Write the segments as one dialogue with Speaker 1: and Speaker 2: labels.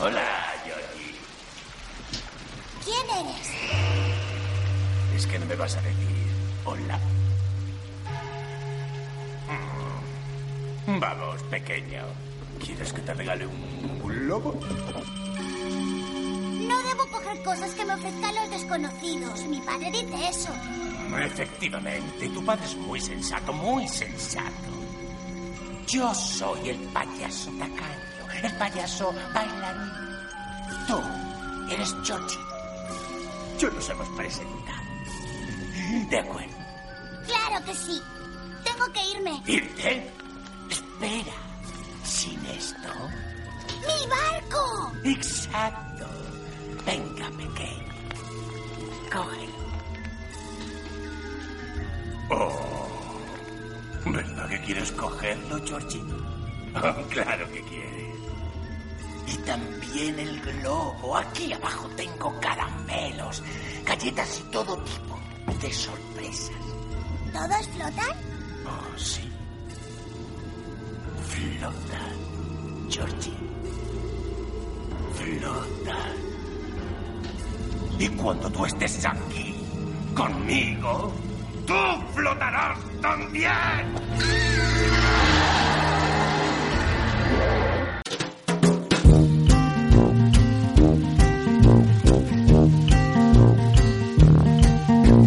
Speaker 1: Hola, Georgie.
Speaker 2: ¿Quién eres?
Speaker 1: Es que no me vas a decir hola. Mm. Vamos, pequeño. ¿Quieres que te regale un, un lobo?
Speaker 2: No debo coger cosas que me ofrezcan los desconocidos. Mi padre dice eso.
Speaker 1: Efectivamente, tu padre es muy sensato, muy sensato. Yo soy el payaso tacaño, el payaso bailarín. Tú eres Georgie. Yo nos hemos presentado. De acuerdo.
Speaker 2: Claro que sí. Tengo que irme.
Speaker 1: ¿Irte? Espera. Sin esto.
Speaker 2: ¡Mi barco!
Speaker 1: Exacto. Venga, pequeño. Cógelo. Oh. ¿Verdad que quieres cogerlo, Georgie? Oh, claro que quieres. Y también el globo. Aquí abajo tengo caramelos, galletas y todo tipo de sorpresas.
Speaker 2: ¿Todos flotan?
Speaker 1: Oh, sí. Flota, Georgie. Flota. Y cuando tú estés aquí, conmigo, tú flotarás también.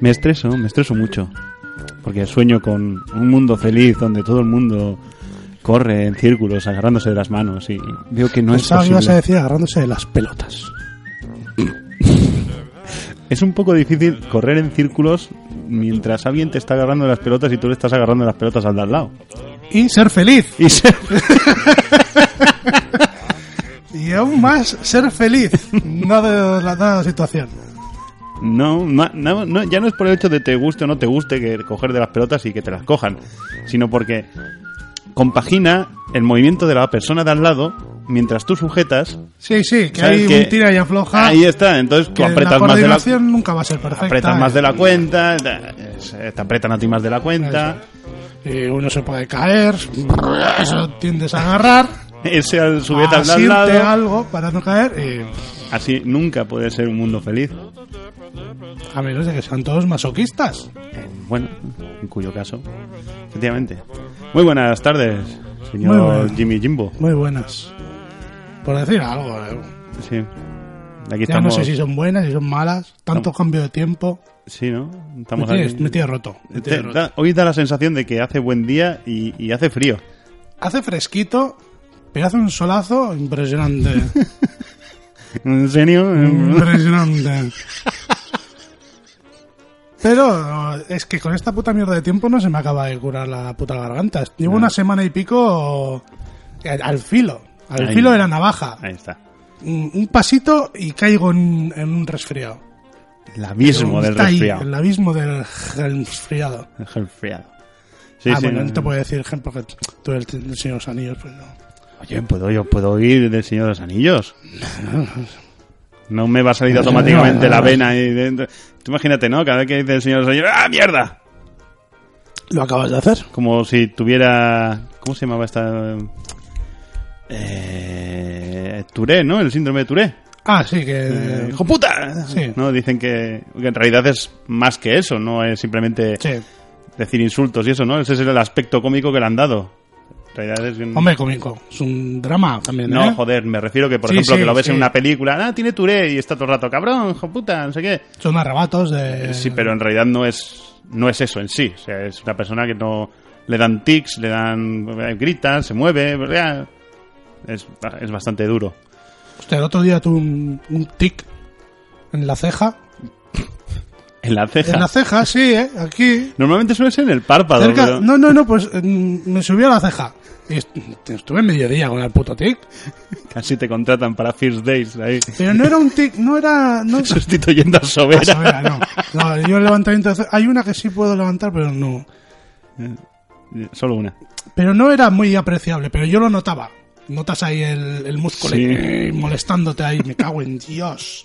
Speaker 3: Me estreso, me estreso mucho. Porque sueño con un mundo feliz donde todo el mundo corre en círculos agarrándose de las manos y veo que no es
Speaker 4: Pensaba que ibas a
Speaker 3: posible.
Speaker 4: decir agarrándose de las pelotas.
Speaker 3: Es un poco difícil correr en círculos mientras alguien te está agarrando de las pelotas y tú le estás agarrando de las pelotas al de al lado.
Speaker 4: Y ser feliz.
Speaker 3: Y se-
Speaker 4: Y aún más, ser feliz. No de la, nada de la situación.
Speaker 3: No, ma- no, no, ya no es por el hecho de te guste o no te guste que coger de las pelotas y que te las cojan, sino porque compagina el movimiento de la persona de al lado mientras tú sujetas.
Speaker 4: Sí, sí, que
Speaker 3: ¿sabes?
Speaker 4: hay
Speaker 3: Que-
Speaker 4: un tira y afloja.
Speaker 3: Ahí está, entonces tú
Speaker 4: que la
Speaker 3: apretas más de la
Speaker 4: coordinación nunca va a ser perfecta.
Speaker 3: apretas
Speaker 4: ¿eh?
Speaker 3: más de la cuenta, eh, te apretan a ti más de la cuenta.
Speaker 4: Y uno se puede caer, eso tiendes a agarrar,
Speaker 3: Ese al subete al de al
Speaker 4: asirte
Speaker 3: lado.
Speaker 4: algo para no caer y
Speaker 3: Así nunca puede ser un mundo feliz.
Speaker 4: a menos de que sean todos masoquistas.
Speaker 3: Eh, Bueno, en cuyo caso, efectivamente. Muy buenas tardes,
Speaker 4: Muy
Speaker 3: señor
Speaker 4: buenas.
Speaker 3: Jimmy Jimbo.
Speaker 4: Muy buenas. Por decir algo, eh,
Speaker 3: Sí. Aquí
Speaker 4: ya no
Speaker 3: estamos.
Speaker 4: sé si son buenas, si son malas, tanto
Speaker 3: Estamos-
Speaker 4: cambio de tiempo.
Speaker 3: Sí, ¿no?
Speaker 4: Me
Speaker 3: Estamos
Speaker 4: tienes,
Speaker 3: aquí.
Speaker 4: me tienes roto. me
Speaker 3: Te-
Speaker 4: tienes roto.
Speaker 3: da- hoy da la sensación de que hace buen día y, y hace frío.
Speaker 4: Hace fresquito, pero hace un solazo impresionante.
Speaker 3: ¿En serio?
Speaker 4: impresionante. Pero eh, es que con esta puta mierda de tiempo no se me acaba de curar la puta garganta. Llevo
Speaker 3: No.
Speaker 4: una semana y pico eh, al filo, al
Speaker 3: Ahí.
Speaker 4: filo de la navaja.
Speaker 3: Ahí está.
Speaker 4: Un un pasito y caigo en, en un resfriado.
Speaker 3: El abismo del
Speaker 4: Está ahí,
Speaker 3: resfriado.
Speaker 4: El abismo del resfriado.
Speaker 3: El resfriado. Sí,
Speaker 4: ah,
Speaker 3: sí,
Speaker 4: bueno,
Speaker 3: no,
Speaker 4: no te
Speaker 3: no.
Speaker 4: puedo decir ejemplo que tú eres el, el Señor de los Anillos, pues no.
Speaker 3: Oye, ¿puedo, yo puedo ir del Señor de los Anillos. No me va a salir automáticamente la vena. Y dentro. Tú imagínate, ¿no? Cada vez que dice el Señor de los Anillos, ¡ah, mierda!
Speaker 4: ¿Lo acabas de hacer?
Speaker 3: Como si tuviera. ¿Cómo se llamaba esta.? Eh, Touré, ¿no? El síndrome de Touré.
Speaker 4: Ah, sí, que...
Speaker 3: Eh, ¡Hijo puta!
Speaker 4: Sí.
Speaker 3: No, dicen que, que en realidad es más que eso, no es simplemente
Speaker 4: sí.
Speaker 3: decir insultos y eso, ¿no? Ese es el aspecto cómico que le han dado. realidad es un-
Speaker 4: Hombre, cómico. Es un drama también, ¿eh?
Speaker 3: No, joder, me refiero que, por
Speaker 4: Sí,
Speaker 3: ejemplo,
Speaker 4: sí,
Speaker 3: que lo ves en
Speaker 4: sí.
Speaker 3: una película, ah, tiene Tourette y está todo el rato, cabrón, hijo puta, no sé qué.
Speaker 4: Son arrebatos de...
Speaker 3: Sí, pero en realidad no es, no es eso en sí. O sea, es una persona que no. Le dan tics, le dan. eh, grita, se mueve. bla. Es, es bastante duro.
Speaker 4: Hostia, el otro día tuve un, un tic en la ceja.
Speaker 3: En la ceja.
Speaker 4: En la ceja, sí, ¿eh? Aquí.
Speaker 3: Normalmente suele ser en el párpado.
Speaker 4: Cerca,
Speaker 3: pero-
Speaker 4: no, no, no, pues mm, me subió a la ceja. Y est- estuve mediodía con el puto tic.
Speaker 3: Casi te contratan para First Days ahí.
Speaker 4: Pero no era un tic, no era. No,
Speaker 3: Sustituyendo a Sobera.
Speaker 4: Eso era, no. No, yo el levantamiento de ce- Hay una que sí puedo levantar, pero no. ¿eh?
Speaker 3: Solo una.
Speaker 4: Pero no era muy apreciable, pero yo lo notaba. Notas ahí el, el músculo
Speaker 3: Sí.
Speaker 4: eh, molestándote ahí, me cago en Dios.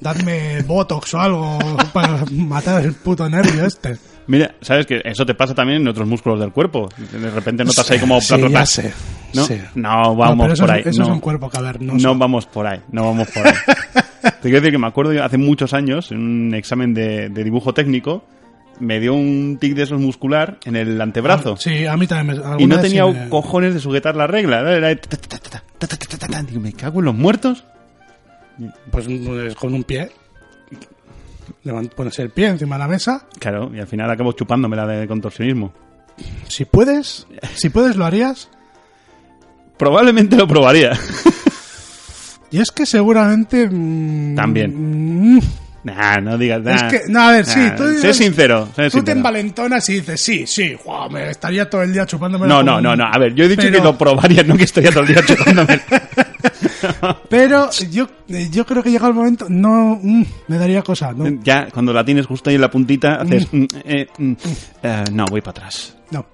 Speaker 4: Dadme Botox o algo para matar el puto nervio este.
Speaker 3: Mira, sabes que eso te pasa también en otros músculos del cuerpo. De repente notas ahí como.
Speaker 4: Sí,
Speaker 3: pla, pla,
Speaker 4: ya
Speaker 3: pla.
Speaker 4: sé,
Speaker 3: No,
Speaker 4: sí.
Speaker 3: no
Speaker 4: No,
Speaker 3: vamos
Speaker 4: pero eso
Speaker 3: por
Speaker 4: es-
Speaker 3: ahí.
Speaker 4: eso
Speaker 3: no.
Speaker 4: es un cuerpo cavernoso.
Speaker 3: No vamos por ahí, no vamos por ahí. Te quiero decir que me acuerdo yo hace muchos años, en un examen de, de dibujo técnico, me dio un tic de esos muscular en el antebrazo.
Speaker 4: Ah, Sí, a mí también me.
Speaker 3: y
Speaker 4: alguna
Speaker 3: no
Speaker 4: vez sí
Speaker 3: tenía
Speaker 4: me-
Speaker 3: cojones de sujetar la regla. ¿no? Era de ta, ta, ta, ta, ta, ta, ta, ta, ta. Digo, me cago en los muertos.
Speaker 4: Pues pues, con un pie. Levant- Pones el pie encima de la mesa.
Speaker 3: Claro, y al final acabo chupándome la de contorsionismo.
Speaker 4: Si puedes, si puedes, lo harías.
Speaker 3: Probablemente lo probaría.
Speaker 4: Y es que seguramente. mm,
Speaker 3: También.
Speaker 4: mm,
Speaker 3: nah, no digas
Speaker 4: Es
Speaker 3: nada.
Speaker 4: que, no, a ver, sí, tú
Speaker 3: sé
Speaker 4: dices-
Speaker 3: sincero. sé
Speaker 4: Tú te
Speaker 3: sincero.
Speaker 4: envalentonas y dices, sí, sí, guau, me estaría todo el día chupándome
Speaker 3: No, no, no, no. A ver, yo he dicho
Speaker 4: Pero-
Speaker 3: que lo probaría, no que estaría todo el día chupándome.
Speaker 4: Pero yo, yo creo que llega el momento. No, mm, me daría cosa. No,
Speaker 3: Ya, cuando la tienes justo ahí en la puntita, haces... mm, eh, mm, eh, no, voy para atrás.
Speaker 4: no.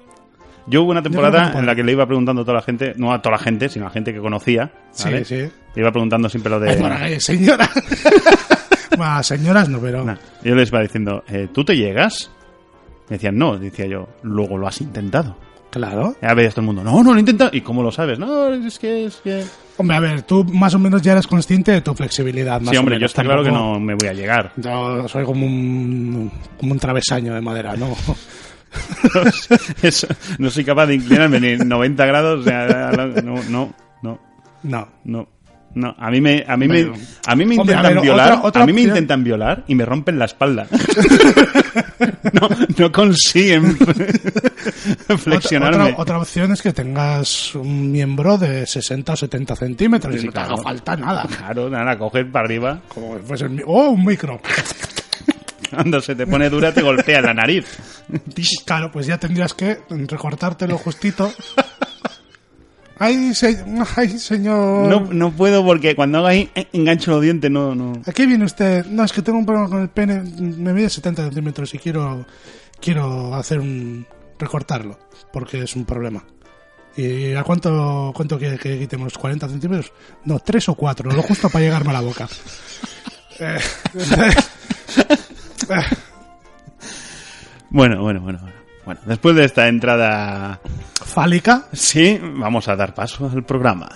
Speaker 3: Yo hubo una
Speaker 4: creo que
Speaker 3: temporada
Speaker 4: puedo.
Speaker 3: en la que le iba preguntando a toda la gente, no a toda la gente, sino a la gente que conocía.
Speaker 4: Sí,
Speaker 3: ¿vale?
Speaker 4: sí.
Speaker 3: Le iba preguntando siempre lo de...
Speaker 4: Bueno, eh, señora. Bueno, señoras no, pero.
Speaker 3: Nah, Yo les iba diciendo, eh, ¿tú te llegas? Me decían, no. Decía yo, luego lo has intentado.
Speaker 4: Claro.
Speaker 3: Ya veías todo el mundo, no, no lo he intentado. ¿Y cómo lo sabes? No, es que... Es que...
Speaker 4: Hombre, a ver, tú más o menos ya eres consciente de tu flexibilidad. más
Speaker 3: Sí,
Speaker 4: o
Speaker 3: hombre, yo
Speaker 4: menos,
Speaker 3: está claro que
Speaker 4: tampoco-
Speaker 3: no me voy a llegar.
Speaker 4: Yo soy como un, como un travesaño de madera, ¿no?
Speaker 3: Eso, no soy capaz de inclinarme ni 90 grados. o sea, no, no, no.
Speaker 4: No.
Speaker 3: No. No, a mí me, a mí me,
Speaker 4: Bueno.
Speaker 3: a mí me
Speaker 4: Hombre,
Speaker 3: intentan
Speaker 4: a ver,
Speaker 3: violar,
Speaker 4: otra- otra
Speaker 3: a mí me
Speaker 4: opción.
Speaker 3: intentan violar y me rompen la espalda. no, no consiguen flexionarme.
Speaker 4: Otra, otra- otra opción es que tengas un miembro de 60 o 70 centímetros y
Speaker 3: Sí,
Speaker 4: no te
Speaker 3: claro.
Speaker 4: haga falta nada.
Speaker 3: Claro, nada, coger para arriba.
Speaker 4: Como si fuese el mi- ¡Oh, un micro!
Speaker 3: Cuando se te pone dura te golpea en la nariz.
Speaker 4: Claro, pues ya tendrías que recortártelo justito. ¡Ay, se- ay, señor!
Speaker 3: No, no puedo porque cuando hago ahí eh, engancho los dientes, no, no.
Speaker 4: ¿A qué viene usted? No, es que tengo un problema con el pene. Me mide 70 centímetros y quiero, quiero hacer un. recortarlo. Porque es un problema. ¿Y a cuánto, cuánto quiere que quitemos? ¿40 centímetros? No, 3 o 4, lo justo para llegarme a la boca. Eh,
Speaker 3: Bueno, bueno, bueno, bueno. Bueno, después de esta entrada,
Speaker 4: ¿Fálica?
Speaker 3: sí, vamos a dar paso al programa.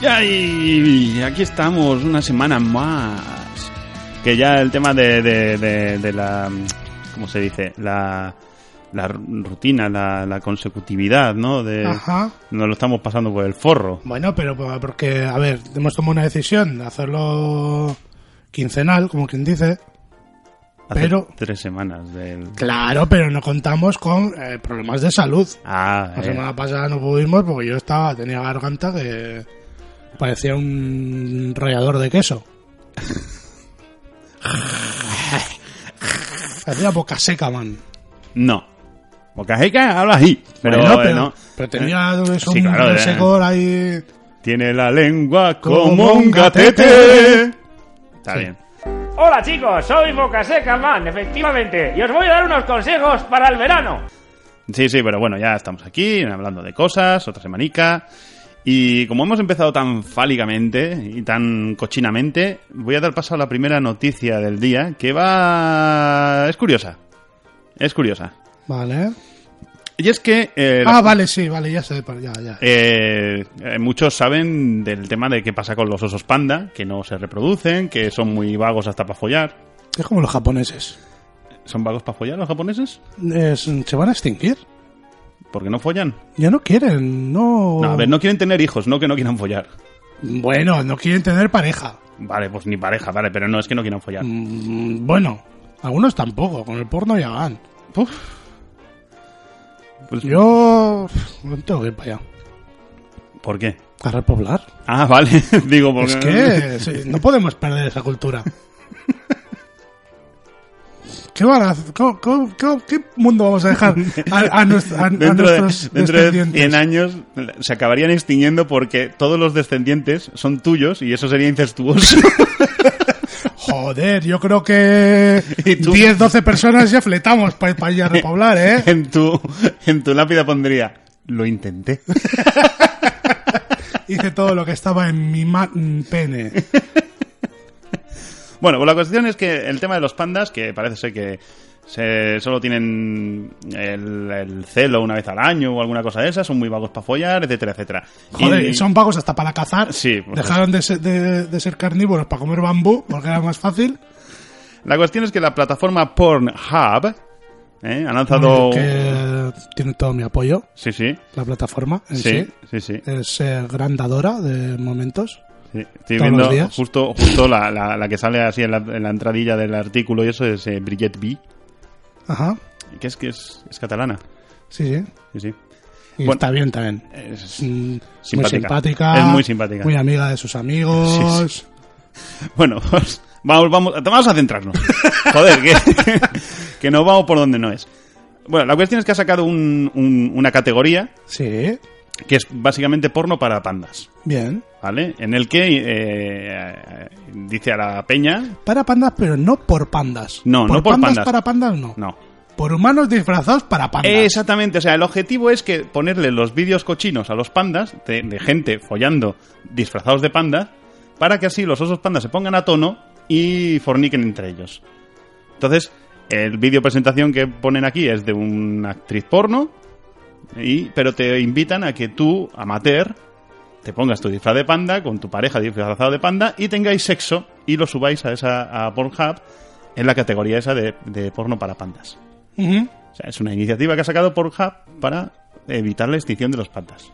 Speaker 3: Ya, Y aquí estamos una semana más. Que ya el tema de, de- de- de la... ¿Cómo se dice? La, la rutina, la, la consecutividad, ¿no? De,
Speaker 4: Ajá.
Speaker 3: Nos lo estamos pasando por el forro.
Speaker 4: Bueno, pero po- porque, a ver, hemos tomado una decisión de hacerlo quincenal, como quien dice.
Speaker 3: Hace
Speaker 4: Pero-
Speaker 3: Tres semanas del...
Speaker 4: Claro, pero no contamos con eh, problemas de salud.
Speaker 3: Ah,
Speaker 4: La
Speaker 3: eh.
Speaker 4: semana pasada no pudimos porque yo estaba, tenía garganta que parecía un rallador de queso. Parecía boca seca, man.
Speaker 3: No. Boca seca, habla así. Pero,
Speaker 4: Bueno,
Speaker 3: eh, no.
Speaker 4: pero tenía eso,
Speaker 3: Sí,
Speaker 4: un
Speaker 3: claro, eh.
Speaker 4: secor ahí.
Speaker 3: Tiene la lengua como
Speaker 4: Como
Speaker 3: un
Speaker 4: un
Speaker 3: gatete. Está bien.
Speaker 5: Hola chicos, soy Boca Seca Man, efectivamente, y os voy a dar unos consejos para el verano.
Speaker 3: Sí, sí, pero bueno, ya estamos aquí hablando de cosas, otra semanica. Y como hemos empezado tan fálicamente y tan cochinamente, voy a dar paso a la primera noticia del día, que va... es curiosa. Es curiosa.
Speaker 4: Vale.
Speaker 3: Y es que... eh, la-
Speaker 4: Ah, vale, sí, vale, ya sé. pa- Ya, ya.
Speaker 3: eh, eh, muchos saben del tema de qué pasa con los osos panda, que no se reproducen, que son muy vagos hasta para follar.
Speaker 4: Es como los japoneses.
Speaker 3: ¿Son vagos para follar los japoneses?
Speaker 4: Es- se van a extinguir.
Speaker 3: Porque no follan.
Speaker 4: Ya no quieren, no...
Speaker 3: No, a ver, no quieren tener hijos, no que no quieran follar.
Speaker 4: Bueno, no quieren tener pareja.
Speaker 3: Vale, pues ni pareja, vale, pero no es que no quieran follar.
Speaker 4: Mm, bueno, algunos tampoco, con el porno ya van.
Speaker 3: Uf. Pues,
Speaker 4: Yo pf, no tengo que ir para allá.
Speaker 3: ¿Por qué?
Speaker 4: A repoblar.
Speaker 3: Ah, vale, digo, porque...
Speaker 4: Es que sí, no podemos perder esa cultura. ¿Qué, van a hacer? ¿Cómo- cómo- cómo- qué mundo vamos a dejar a, a nues- a- a
Speaker 3: Dentro, de,
Speaker 4: nuestros
Speaker 3: dentro de
Speaker 4: descendientes?
Speaker 3: 100 años se acabarían extinguiendo porque todos los descendientes son tuyos y eso sería incestuoso.
Speaker 4: Joder, yo creo que
Speaker 3: ¿Y tú?
Speaker 4: 10, 12 personas ya fletamos para ir a repoblar, ¿eh?
Speaker 3: en, tu, en tu lápida pondría, lo intenté.
Speaker 4: Hice todo lo que estaba en mi ma- mm, pene.
Speaker 3: Bueno, pues la cuestión es que el tema de los pandas, que parece ser que se, solo tienen el, el celo una vez al año o alguna cosa de esas, son muy vagos para follar, etcétera, etcétera.
Speaker 4: Joder,
Speaker 3: Y-
Speaker 4: y son vagos hasta para cazar.
Speaker 3: Sí, pues
Speaker 4: Dejaron de ser, de, de ser carnívoros para comer bambú, porque era más fácil.
Speaker 3: La cuestión es que la plataforma Pornhub ¿eh? ha lanzado...
Speaker 4: Que tiene todo mi apoyo,
Speaker 3: Sí, sí,
Speaker 4: la plataforma en sí.
Speaker 3: sí, sí, sí.
Speaker 4: Es eh, gran dadora de momentos.
Speaker 3: Sí, estoy
Speaker 4: Todos
Speaker 3: viendo
Speaker 4: los días.
Speaker 3: justo, justo la, la- la que sale así en la, en la entradilla del artículo y eso es eh, Brigitte B,
Speaker 4: Ajá,
Speaker 3: que es que es, es catalana.
Speaker 4: sí, sí.
Speaker 3: Sí, sí.
Speaker 4: Y
Speaker 3: Bueno,
Speaker 4: está bien también.
Speaker 3: Es-
Speaker 4: Mm, Muy
Speaker 3: simpática.
Speaker 4: simpática.
Speaker 3: Es muy simpática.
Speaker 4: Muy amiga de sus amigos.
Speaker 3: Sí, Bueno, vamos, vamos, vamos, vamos a centrarnos. Joder, que, que no vamos por donde no es. Bueno, la cuestión es que ha sacado un- un- una categoría
Speaker 4: Sí,
Speaker 3: que es básicamente porno para pandas,
Speaker 4: bien.
Speaker 3: ¿vale? En el que eh, dice a la peña,
Speaker 4: Para pandas, pero no por pandas.
Speaker 3: No, no por pandas.
Speaker 4: para pandas no.
Speaker 3: no,
Speaker 4: Por humanos disfrazados para pandas.
Speaker 3: Exactamente, o sea, el objetivo es que ponerle los vídeos cochinos a los pandas, de, de gente follando disfrazados de pandas, para que así los osos pandas se pongan a tono y forniquen entre ellos. Entonces, el vídeo presentación que ponen aquí es de una actriz porno, y, pero te invitan a que tú, amateur, te pongas tu disfraz de panda con tu pareja disfrazado de panda y tengáis sexo y lo subáis a esa a Pornhub en la categoría esa de- de porno para pandas.
Speaker 4: Ujú.
Speaker 3: O sea, es una iniciativa que ha sacado Pornhub para evitar la extinción de los pandas.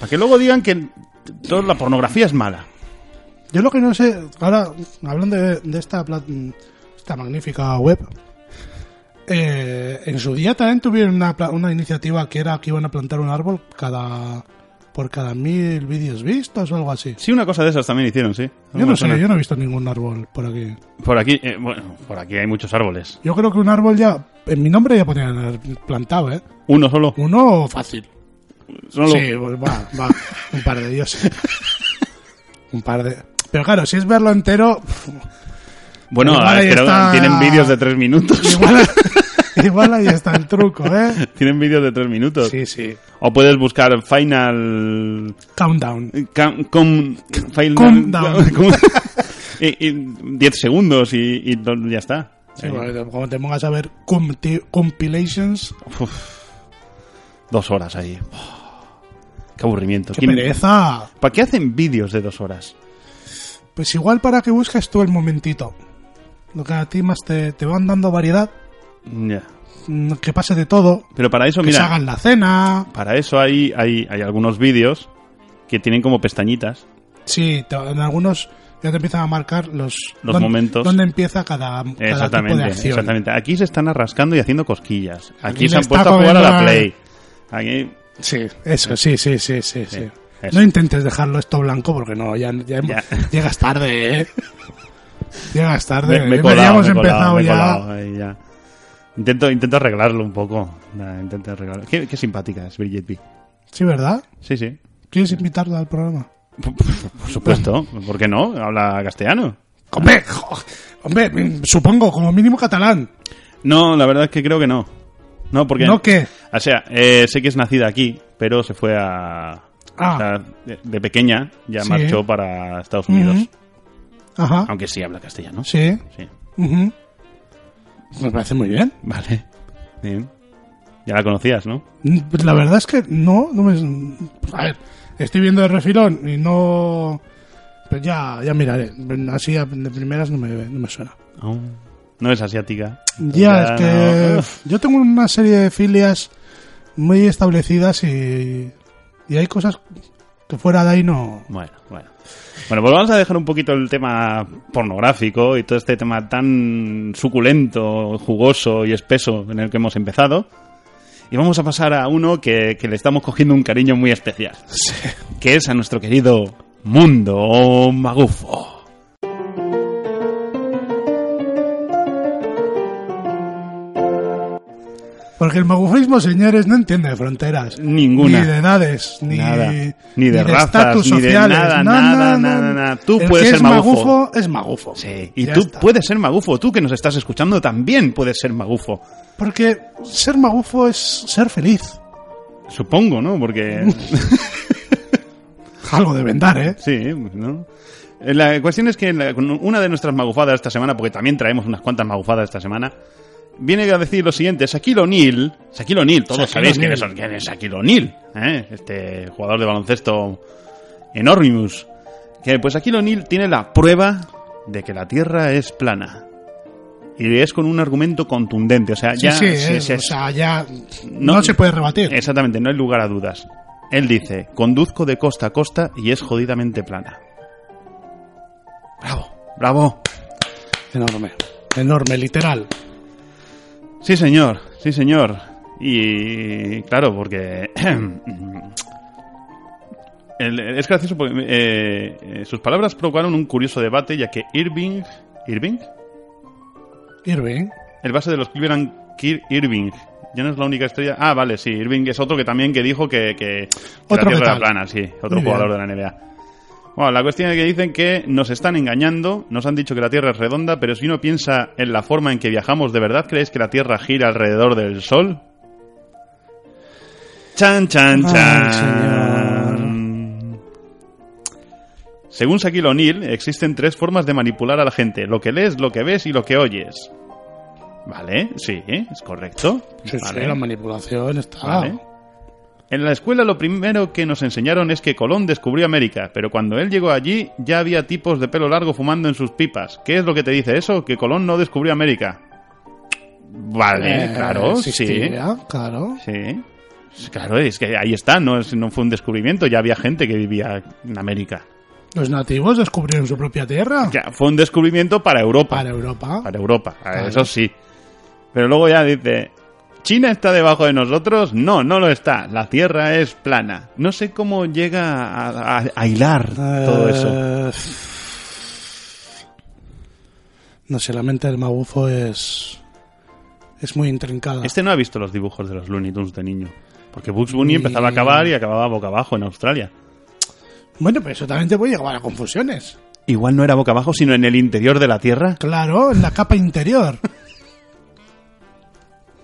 Speaker 3: Para que luego digan que toda la pornografía es mala.
Speaker 4: Yo lo que no sé, ahora hablando de, de esta, plat- esta magnífica web, eh, en su día también tuvieron una, pla- una iniciativa que era que iban a plantar un árbol cada por cada mil vídeos vistos o algo así.
Speaker 3: Sí, una cosa de esas también hicieron, sí.
Speaker 4: Yo no
Speaker 3: Me
Speaker 4: sé,
Speaker 3: suena.
Speaker 4: yo no he visto ningún árbol por aquí.
Speaker 3: Por aquí, eh, bueno, por aquí hay muchos árboles.
Speaker 4: Yo creo que un árbol ya, en mi nombre ya ponían plantado, ¿eh?
Speaker 3: Uno solo.
Speaker 4: Uno fácil.
Speaker 3: solo.
Speaker 4: Sí, pues va, va. Un par de dioses. Un par de... Pero claro, si es verlo entero,
Speaker 3: Bueno,
Speaker 4: Igual ahí
Speaker 3: es que no-
Speaker 4: está-
Speaker 3: tienen vídeos de tres minutos.
Speaker 4: igual, igual ahí está el truco, ¿eh?
Speaker 3: tienen vídeos de tres minutos.
Speaker 4: Sí, sí.
Speaker 3: O puedes buscar Final...
Speaker 4: Countdown.
Speaker 3: Cam- com- final-
Speaker 4: Countdown.
Speaker 3: com- y, y diez segundos y, y lo- ya está.
Speaker 4: Sí,
Speaker 3: Eh,
Speaker 4: porque Como te pongas a ver compti- compilations,
Speaker 3: Dos horas ahí. Oh, Qué aburrimiento.
Speaker 4: qué
Speaker 3: ¿Quién-
Speaker 4: pereza.
Speaker 3: ¿Para qué hacen vídeos de dos horas?
Speaker 4: Pues igual para que busques tú el momentito. Lo que a ti más te, te van dando variedad,
Speaker 3: Ya.
Speaker 4: mm, que pase de todo,
Speaker 3: Pero para eso,
Speaker 4: que se
Speaker 3: Pues mira,
Speaker 4: hagan la cena.
Speaker 3: para eso hay, hay, hay algunos vídeos que tienen como pestañitas.
Speaker 4: Sí, te- en algunos ya te empiezan a marcar los,
Speaker 3: Los
Speaker 4: dónde-
Speaker 3: momentos.
Speaker 4: Dónde empieza cada, cada tipo de
Speaker 3: Exactamente,
Speaker 4: acción.
Speaker 3: exactamente. Aquí se están arrascando y haciendo cosquillas. Aquí
Speaker 4: le
Speaker 3: se han
Speaker 4: está
Speaker 3: puesto a jugar a la
Speaker 4: comiendo la-
Speaker 3: Play. Aquí...
Speaker 4: Sí, eso, sí, sí, sí, sí. sí.
Speaker 3: eso.
Speaker 4: No intentes dejarlo esto blanco porque no, ya, ya hemos-
Speaker 3: Ya.
Speaker 4: llegas tarde, ¿eh? Llegas tarde.
Speaker 3: Me, me he
Speaker 4: Ya
Speaker 3: colado,
Speaker 4: hemos
Speaker 3: me he colado,
Speaker 4: empezado
Speaker 3: me he
Speaker 4: ya.
Speaker 3: colado, ahí ya. Intento, intento arreglarlo un poco. Nah, intento arreglarlo. Qué, qué simpática es Bridget B.
Speaker 4: Sí, ¿verdad?
Speaker 3: Sí, sí.
Speaker 4: ¿Quieres invitarla al programa?
Speaker 3: Por supuesto. ¿Por qué no? Habla castellano.
Speaker 4: Hombre, jo- hombre, mm, supongo, como mínimo catalán.
Speaker 3: No, la verdad es que creo que no. No, porque...
Speaker 4: ¿No qué?
Speaker 3: O sea, eh, sé que es nacida aquí, pero se fue a...
Speaker 4: Ah.
Speaker 3: O sea, de, de pequeña ya
Speaker 4: Sí.
Speaker 3: marchó para Estados Unidos.
Speaker 4: Ujú. Ajá.
Speaker 3: Aunque sí habla castellano.
Speaker 4: Sí.
Speaker 3: Sí.
Speaker 4: ujú. Me parece muy bien.
Speaker 3: Vale. Bien. Ya la conocías, ¿no?
Speaker 4: Pues La verdad es que no, no me... A ver, estoy viendo de refilón y no... Pues ya, ya miraré. Así a- de primeras no me, no me suena.
Speaker 3: Aún No es asiática.
Speaker 4: Pues Ya, este, eh, es que
Speaker 3: no.
Speaker 4: yo tengo una serie de filias muy establecidas y, y hay cosas que fuera de ahí no...
Speaker 3: Bueno, bueno. Bueno, pues vamos a dejar un poquito el tema pornográfico y todo este tema tan suculento, jugoso y espeso en el que hemos empezado. Y vamos a pasar a uno que, que le estamos cogiendo un cariño muy especial. Que es a nuestro querido Mundo Magufo.
Speaker 4: Porque el magufismo, señores, no entiende de fronteras.
Speaker 3: Ninguna.
Speaker 4: Ni de edades, ni,
Speaker 3: Nada. Ni de razas,
Speaker 4: estatus
Speaker 3: ni de
Speaker 4: sociales.
Speaker 3: nada,
Speaker 4: No, no,
Speaker 3: nada,
Speaker 4: no.
Speaker 3: nada, nada. Tú
Speaker 4: El
Speaker 3: puedes
Speaker 4: que
Speaker 3: ser
Speaker 4: es
Speaker 3: magufo.
Speaker 4: es magufo.
Speaker 3: Y
Speaker 4: Ya
Speaker 3: tú
Speaker 4: está.
Speaker 3: puedes ser magufo, tú que nos estás escuchando también puedes ser magufo.
Speaker 4: Porque ser magufo es ser feliz.
Speaker 3: Supongo, ¿no? Porque
Speaker 4: Algo de vendar, ¿eh?
Speaker 3: Sí, ¿no? Eh, La cuestión es que la- con una de nuestras magufadas esta semana, porque también traemos unas cuantas magufadas esta semana, viene a decir lo siguiente: Shaquille O'Neal, Shaquille O'Neal, todos
Speaker 4: Shaquille
Speaker 3: sabéis quién es,
Speaker 4: O'Neal.
Speaker 3: quién es Shaquille O'Neal, ¿eh? este jugador de baloncesto enormimus. Que pues Shaquille O'Neal tiene la prueba de que la Tierra es plana. Y es con un argumento contundente, o sea, ya
Speaker 4: sí, sí,
Speaker 3: se-
Speaker 4: es-
Speaker 3: se-
Speaker 4: o sea, ya
Speaker 3: no-
Speaker 4: no, se puede rebatir.
Speaker 3: Exactamente, no hay lugar a dudas. Él dice, conduzco de costa a costa y es jodidamente plana. Bravo, bravo.
Speaker 4: Enorme. Enorme, literal.
Speaker 3: Sí, señor, sí, señor. Y claro, porque... el- es gracioso porque eh, eh, sus palabras provocaron un curioso debate ya que Irving... ¿Irving?
Speaker 4: Irving.
Speaker 3: El base de los Cleveland Kir- Irving. Ya no es la única estrella. Ah, vale, sí. Irving es otro que también que dijo que, que, que
Speaker 4: Otro
Speaker 3: la
Speaker 4: que
Speaker 3: Tierra era
Speaker 4: tal.
Speaker 3: plana, sí. Otro
Speaker 4: Muy bien.
Speaker 3: jugador de la NBA. Bueno, la cuestión es que dicen que nos están engañando, nos han dicho que la Tierra es redonda, pero si uno piensa en la forma en que viajamos, ¿de verdad creéis que la Tierra gira alrededor del Sol? Chan, chan,
Speaker 4: Ay,
Speaker 3: chan. Según Shaquille O'Neal, existen tres formas de manipular a la gente: lo que lees, lo que ves y lo que oyes. Vale, sí, es correcto.
Speaker 4: Sí, sí,
Speaker 3: Vale,
Speaker 4: la manipulación está.
Speaker 3: vale. En la escuela lo primero que nos enseñaron es que Colón descubrió América, pero cuando él llegó allí ya había tipos de pelo largo fumando en sus pipas. ¿Qué es lo que te dice eso? Que Colón no descubrió América. Vale,
Speaker 4: Eh,
Speaker 3: claro, sí.
Speaker 4: existía, Claro.
Speaker 3: Sí. Claro, es que ahí está, no, es- no fue un descubrimiento, ya había gente que vivía en América.
Speaker 4: Los nativos descubrieron su propia tierra.
Speaker 3: Ya, fue un descubrimiento para Europa.
Speaker 4: Para Europa.
Speaker 3: Para Europa, a
Speaker 4: Claro.
Speaker 3: eso sí. Pero luego ya dice, ¿China está debajo de nosotros? No, no lo está, la Tierra es plana. No sé cómo llega a, a- a hilar todo eso.
Speaker 4: Eh, No sé, la mente del magufo es. Es muy intrincada.
Speaker 3: Este no ha visto los dibujos de los Looney Tunes de niño. Porque Bugs Bunny empezaba a acabar y acababa boca abajo en Australia.
Speaker 4: Bueno, pero eso también te puede llevar a confusiones.
Speaker 3: Igual no era boca abajo, sino en el interior de la Tierra.
Speaker 4: Claro, en la capa interior.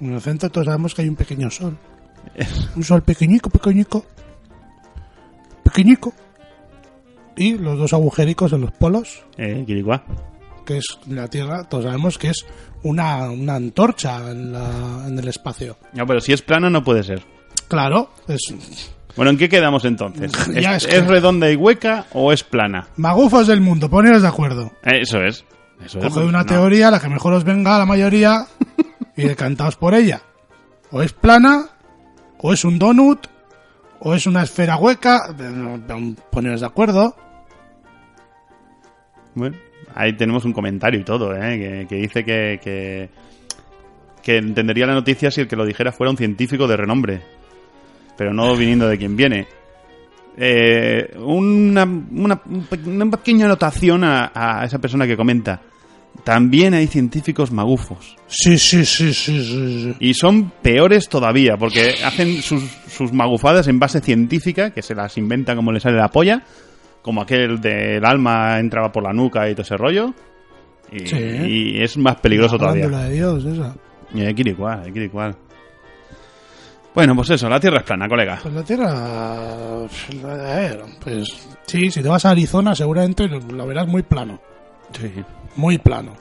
Speaker 4: En el centro todos sabemos que hay un pequeño sol. Un sol pequeñico, pequeñico. Pequeñico. Y los dos agujericos en los polos,
Speaker 3: Eh, Quiriguá.
Speaker 4: que es la Tierra, todos sabemos que es una, una antorcha en, la- en el espacio.
Speaker 3: No, pero si es plana no puede ser.
Speaker 4: Claro, es...
Speaker 3: Bueno, ¿en qué quedamos entonces?
Speaker 4: Ya
Speaker 3: ¿Es,
Speaker 4: es que-
Speaker 3: es redonda y hueca o es plana?
Speaker 4: Magufos del mundo, poneros de acuerdo.
Speaker 3: Eh, Eso es. Eso es.
Speaker 4: Coged una
Speaker 3: No.
Speaker 4: teoría, la que mejor os venga a la mayoría, y decantaos por ella. O es plana, o es un donut, o es una esfera hueca. eh, Poneros de acuerdo.
Speaker 3: Bueno, ahí tenemos un comentario y todo, ¿eh? que, que dice que, que, que entendería la noticia si el que lo dijera fuera un científico de renombre, pero no viniendo de quien viene. Eh, una, una- un pe- una pequeña anotación a, a esa persona que comenta. También hay científicos magufos.
Speaker 4: Sí, sí, sí, sí, sí. sí.
Speaker 3: Y son peores todavía, porque hacen sus, sus magufadas en base científica, que se las inventa como le sale la polla, como aquel del alma entraba por la nuca y todo ese rollo. Y,
Speaker 4: Sí.
Speaker 3: y es más peligroso todavía.
Speaker 4: Farándula de Dios, esa.
Speaker 3: Y hay que ir igual, hay que ir igual. Bueno, pues eso, la Tierra es plana, colega.
Speaker 4: Pues la Tierra. pf, A ver, pues. Sí, si te vas a Arizona, seguramente lo- lo verás muy plano.
Speaker 3: Sí.
Speaker 4: Muy plano.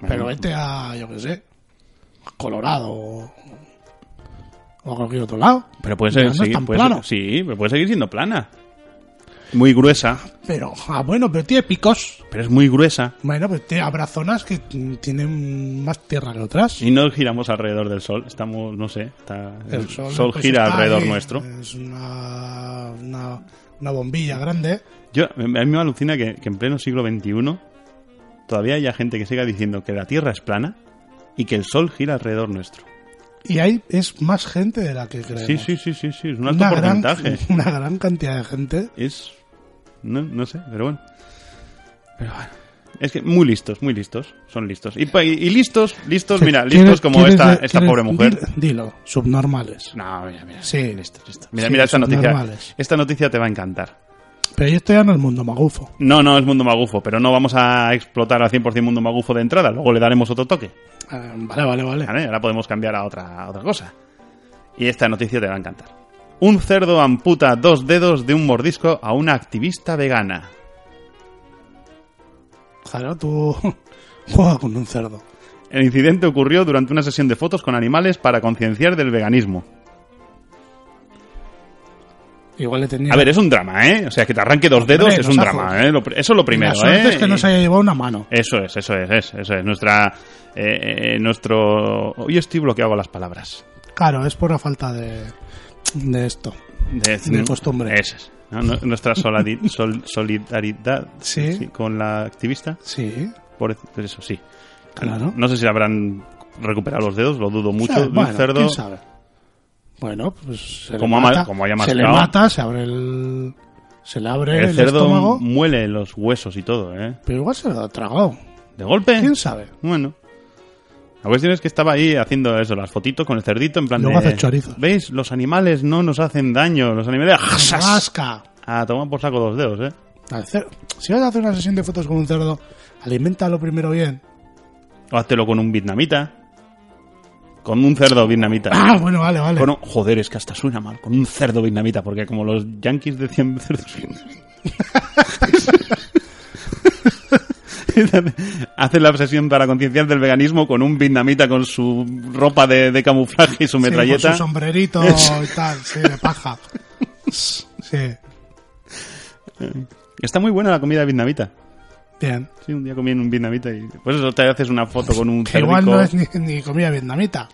Speaker 4: Pero este vete a, yo qué sé, Colorado o, o a cualquier otro lado.
Speaker 3: Pero puede
Speaker 4: Ya
Speaker 3: ser,
Speaker 4: no es
Speaker 3: seguir-
Speaker 4: tan
Speaker 3: puede
Speaker 4: plano.
Speaker 3: ser- sí, pero puede seguir siendo plana. Muy gruesa,
Speaker 4: Pero, ah, bueno, pero tiene picos.
Speaker 3: pero es muy gruesa.
Speaker 4: Bueno, pues te- habrá zonas que t- tienen más tierra que otras.
Speaker 3: Y no giramos alrededor del sol, estamos, no sé, está, el, sol,
Speaker 4: pues,
Speaker 3: gira
Speaker 4: está
Speaker 3: alrededor
Speaker 4: ahí. eh,
Speaker 3: nuestro.
Speaker 4: Es una, una, una bombilla grande.
Speaker 3: Yo, a mí me alucina que, que en pleno siglo XXI todavía haya gente que siga diciendo que la Tierra es plana y que el sol gira alrededor nuestro.
Speaker 4: Y ahí es más gente de la que creemos.
Speaker 3: Sí, sí, sí, sí, sí, es un alto
Speaker 4: gran,
Speaker 3: porcentaje.
Speaker 4: una gran cantidad de gente.
Speaker 3: Es... No, no sé, pero bueno. Pero bueno. Es que muy listos, muy listos. Son listos. Y, pa- y listos, listos, Pues mira,
Speaker 4: ¿Quieres-
Speaker 3: listos como
Speaker 4: quieres
Speaker 3: esta,
Speaker 4: de-
Speaker 3: esta
Speaker 4: quieres-
Speaker 3: pobre mujer.
Speaker 4: Dilo, dilo, subnormales.
Speaker 3: No, mira, mira.
Speaker 4: Sí.
Speaker 3: listo, listo. Mira,
Speaker 4: Sí,
Speaker 3: mira esta
Speaker 4: son
Speaker 3: noticia.
Speaker 4: normales.
Speaker 3: Esta noticia te va a encantar.
Speaker 4: Pero yo estoy en el mundo magufo.
Speaker 3: No, no, es Mundo Magufo, pero no vamos a explotar al 100% Mundo Magufo de entrada. Luego le daremos otro toque.
Speaker 4: Ah, Vale, vale, vale.
Speaker 3: ¿vale? Ahora podemos cambiar a otra, a otra cosa. Y esta noticia te va a encantar. Un cerdo amputa dos dedos de un mordisco a una activista vegana.
Speaker 4: Claro, tú juega con un cerdo.
Speaker 3: El incidente ocurrió durante una sesión de fotos con animales para concienciar del veganismo.
Speaker 4: Igual le tenía.
Speaker 3: A ver, es un drama, ¿eh? O sea, que te arranque dos dedos
Speaker 4: Hombre,
Speaker 3: es un
Speaker 4: los
Speaker 3: drama,
Speaker 4: ajos.
Speaker 3: ¿eh? Lo pr- eso es lo primero,
Speaker 4: La suerte
Speaker 3: ¿eh?
Speaker 4: es que no se
Speaker 3: Y-
Speaker 4: haya llevado una mano.
Speaker 3: Eso es, eso es, es- eso es. Nuestra, eh, eh, nuestro... Hoy estoy bloqueado con las palabras.
Speaker 4: Claro, es por la falta de, de esto.
Speaker 3: De,
Speaker 4: De costumbre.
Speaker 3: Eso es. ¿no? No- Nuestra soladi- sol- solidaridad
Speaker 4: Sí.
Speaker 3: con la activista.
Speaker 4: Sí,
Speaker 3: Por por eso, sí.
Speaker 4: claro.
Speaker 3: No sé si habrán recuperado los dedos, lo dudo mucho.
Speaker 4: O sea,
Speaker 3: de un
Speaker 4: bueno,
Speaker 3: cerdo.
Speaker 4: ¿quién sabe? Bueno, pues se
Speaker 3: Como
Speaker 4: le
Speaker 3: ama-
Speaker 4: mata,
Speaker 3: como haya
Speaker 4: se le
Speaker 3: mascado.
Speaker 4: mata, se abre el, se le abre el,
Speaker 3: El cerdo
Speaker 4: estómago,
Speaker 3: muele los huesos y todo, ¿eh?
Speaker 4: pero igual se lo ha tragado.
Speaker 3: ¿De golpe?
Speaker 4: ¿Quién sabe?
Speaker 3: Bueno. La cuestión es que estaba ahí haciendo eso, las fotitos con el cerdito, en plan
Speaker 4: Luego
Speaker 3: de,
Speaker 4: hace chorizos.
Speaker 3: ¿Veis? Los animales no nos hacen daño. Los animales...
Speaker 4: Rasca.
Speaker 3: Ah, toma por saco dos dedos, ¿eh?
Speaker 4: Al cer- Si vas a hacer una sesión de fotos con un cerdo, alimentalo primero bien.
Speaker 3: O háztelo con un vietnamita. Con un cerdo vietnamita.
Speaker 4: Ah, bueno, vale, vale.
Speaker 3: Con un- joder, es que hasta suena mal. Con un cerdo vietnamita, porque como los yankees decían cerdos vietnamitas. Hacen la obsesión para concienciar del veganismo con un vietnamita con su ropa de, de camuflaje y su
Speaker 4: Sí, pues
Speaker 3: metralleta.
Speaker 4: con su sombrerito y tal, sí, de paja. Sí,
Speaker 3: Está muy buena la comida vietnamita.
Speaker 4: bien.
Speaker 3: Sí, un día comí en un vietnamita y. Pues eso, te haces una foto con un
Speaker 4: Que igual
Speaker 3: cerdico.
Speaker 4: no es ni, ni comida vietnamita.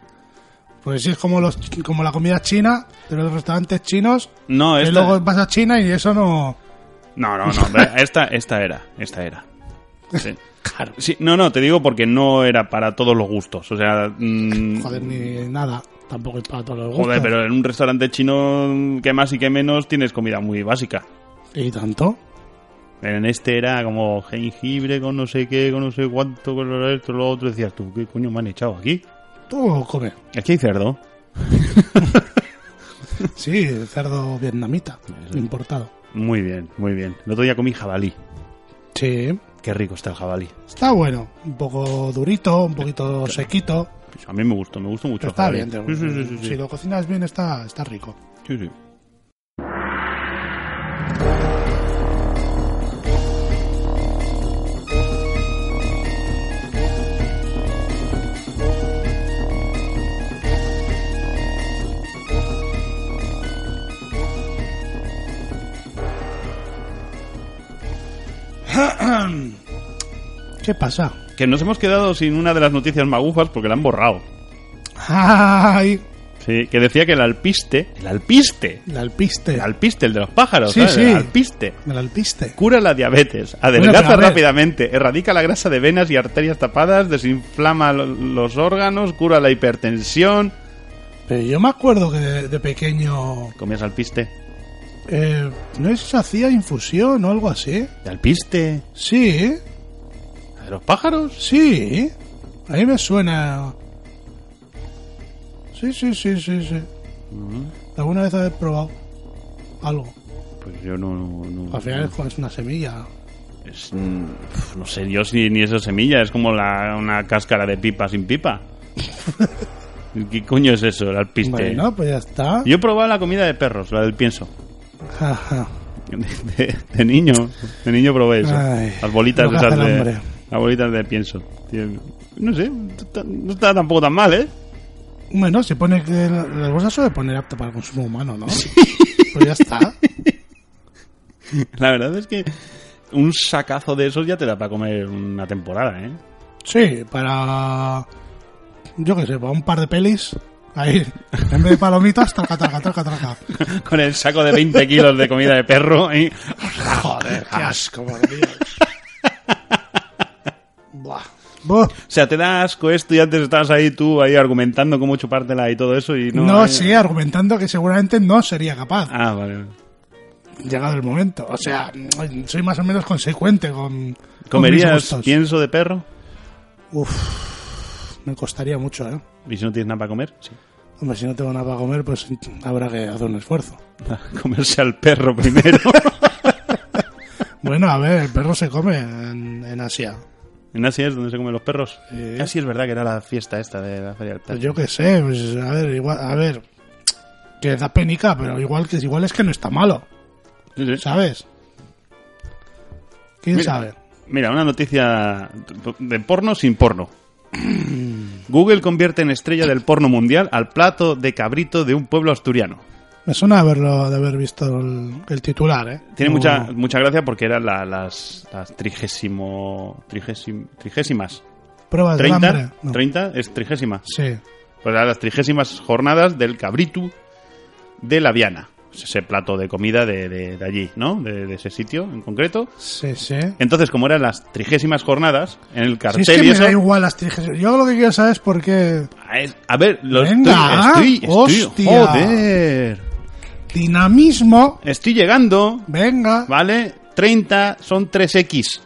Speaker 4: Pues sí, es como, los, como la comida china de los restaurantes chinos.
Speaker 3: No,
Speaker 4: que
Speaker 3: esta-
Speaker 4: luego vas a China y eso no.
Speaker 3: No, no, no. Esta, esta era. Esta era. Sí.
Speaker 4: Claro.
Speaker 3: Sí, no, no, te digo porque no era para todos los gustos. O sea, mm,
Speaker 4: Joder, ni nada. Tampoco es para todos los gustos.
Speaker 3: Joder, pero en un restaurante chino que más y que menos tienes comida muy básica.
Speaker 4: ¿Y tanto?
Speaker 3: En este era como jengibre con no sé qué, con no sé cuánto, con lo esto, lo otro. Decías tú, ¿qué coño me han echado aquí?
Speaker 4: Tú come.
Speaker 3: Aquí hay cerdo.
Speaker 4: Sí, el cerdo vietnamita. Importado.
Speaker 3: Muy bien, muy bien. El otro día comí jabalí.
Speaker 4: Sí.
Speaker 3: Qué rico está el jabalí.
Speaker 4: Está bueno. Un poco durito, un poquito sequito.
Speaker 3: Pues a mí me gustó, me gustó mucho.
Speaker 4: Pero
Speaker 3: el
Speaker 4: está
Speaker 3: jabalí.
Speaker 4: bien. te-
Speaker 3: Sí, sí, sí, sí,
Speaker 4: Si
Speaker 3: sí.
Speaker 4: lo cocinas bien, está, está rico.
Speaker 3: Sí, sí.
Speaker 4: ¿Qué pasa?
Speaker 3: Que nos hemos quedado sin una de las noticias magufas porque la han borrado.
Speaker 4: ¡Ay!
Speaker 3: Sí, que decía que el alpiste, el alpiste,
Speaker 4: El alpiste.
Speaker 3: el alpiste, el de los pájaros,
Speaker 4: Sí,
Speaker 3: ¿sabes?
Speaker 4: sí.
Speaker 3: El alpiste.
Speaker 4: El alpiste.
Speaker 3: Cura la diabetes,
Speaker 4: Bueno,
Speaker 3: adelgaza
Speaker 4: pero a ver.
Speaker 3: rápidamente, erradica la grasa de venas y arterias tapadas, desinflama lo- los órganos, cura la hipertensión.
Speaker 4: Pero yo me acuerdo que de, de pequeño.
Speaker 3: Comías alpiste.
Speaker 4: eh, ¿No es se hacía infusión o algo así?
Speaker 3: ¿De alpiste?
Speaker 4: Sí,
Speaker 3: ¿De los pájaros?
Speaker 4: sí. A mí me suena. Sí, sí, sí, sí, sí. ¿Alguna vez habéis probado algo?
Speaker 3: Pues yo no... no, no-
Speaker 4: Al final es como- es una semilla.
Speaker 3: es- mm, pf, no sé yo si ni esa semilla, es como la- una cáscara de pipa sin pipa. ¿Qué coño es eso, el alpiste?
Speaker 4: Bueno, pues ya está.
Speaker 3: Yo he probado la comida de perros, la del pienso.
Speaker 4: Ajá.
Speaker 3: De, de- de niño, de niño probé eso.
Speaker 4: Ay,
Speaker 3: las bolitas
Speaker 4: no
Speaker 3: esas
Speaker 4: gasta el
Speaker 3: de,
Speaker 4: hambre.
Speaker 3: las bolitas de pienso. Tiene- No sé, no está- no está tampoco tan mal, ¿eh?
Speaker 4: Bueno, se pone que la, la bolsa suele poner apta para el consumo humano, ¿no? Pues ya está.
Speaker 3: La verdad es que un sacazo de esos ya te da para comer una temporada, ¿eh?
Speaker 4: Sí, para. Yo qué sé, para un par de pelis. Ahí, en vez de palomitas, traca, traca, traca, traca.
Speaker 3: Con el saco de 20 kilos de comida de perro ¿eh? y... Joder,
Speaker 4: Qué asco, por Dios. Buah. Buah.
Speaker 3: O sea, te da asco esto y antes estabas ahí tú ahí argumentando cómo chupártela y todo eso y no...
Speaker 4: No, eh.
Speaker 3: hay-
Speaker 4: sigue argumentando que seguramente no sería capaz,
Speaker 3: Ah, vale.
Speaker 4: llegado el momento. O sea, mm, soy más o menos consecuente con. con mis
Speaker 3: ¿Comerías
Speaker 4: gustos.
Speaker 3: pienso de perro?
Speaker 4: Uf, me costaría mucho, ¿eh?
Speaker 3: ¿Y si no tienes nada para comer? Sí.
Speaker 4: Hombre, si no tengo nada para comer, pues habrá que hacer un esfuerzo.
Speaker 3: Comerse al perro primero.
Speaker 4: Bueno, a ver, el perro se come en, en Asia.
Speaker 3: en Asia es donde se comen los perros.
Speaker 4: Sí.
Speaker 3: Casi Ah, es verdad que era la fiesta esta de la feria del perro.
Speaker 4: Pues yo qué sé, pues a ver, igual, a ver, que da penica, pero igual que igual es que no está malo,
Speaker 3: Sí, sí.
Speaker 4: ¿sabes? ¿Quién
Speaker 3: Mira,
Speaker 4: sabe?
Speaker 3: Mira, una noticia de porno sin porno. Google convierte en estrella del porno mundial al plato de cabrito de un pueblo asturiano.
Speaker 4: Me suena haberlo, de haber visto el, el titular, ¿eh?
Speaker 3: Tiene
Speaker 4: No-
Speaker 3: mucha, mucha gracia porque eran la- las, las trigésimo, trigésim- trigésimas.
Speaker 4: pruebas Ah, de
Speaker 3: 30,
Speaker 4: hambre. No.
Speaker 3: 30 es trigésima.
Speaker 4: Sí,
Speaker 3: Pues eran las trigésimas jornadas del cabritu de la Viana. Es Ese plato de comida de, de- de allí, ¿no? De, de ese sitio en concreto.
Speaker 4: sí, sí.
Speaker 3: Entonces, como eran las trigésimas jornadas, en el
Speaker 4: Si
Speaker 3: cartel
Speaker 4: es que
Speaker 3: y
Speaker 4: me
Speaker 3: eso...
Speaker 4: da igual las trigésima- Yo lo que quiero saber es por qué
Speaker 3: Ah, es- A ver, lo
Speaker 4: Venga, ah,
Speaker 3: estoy, estoy, estoy-
Speaker 4: hostia.
Speaker 3: joder.
Speaker 4: dinamismo,
Speaker 3: Estoy llegando,
Speaker 4: venga.
Speaker 3: ¿vale? 30 son 3X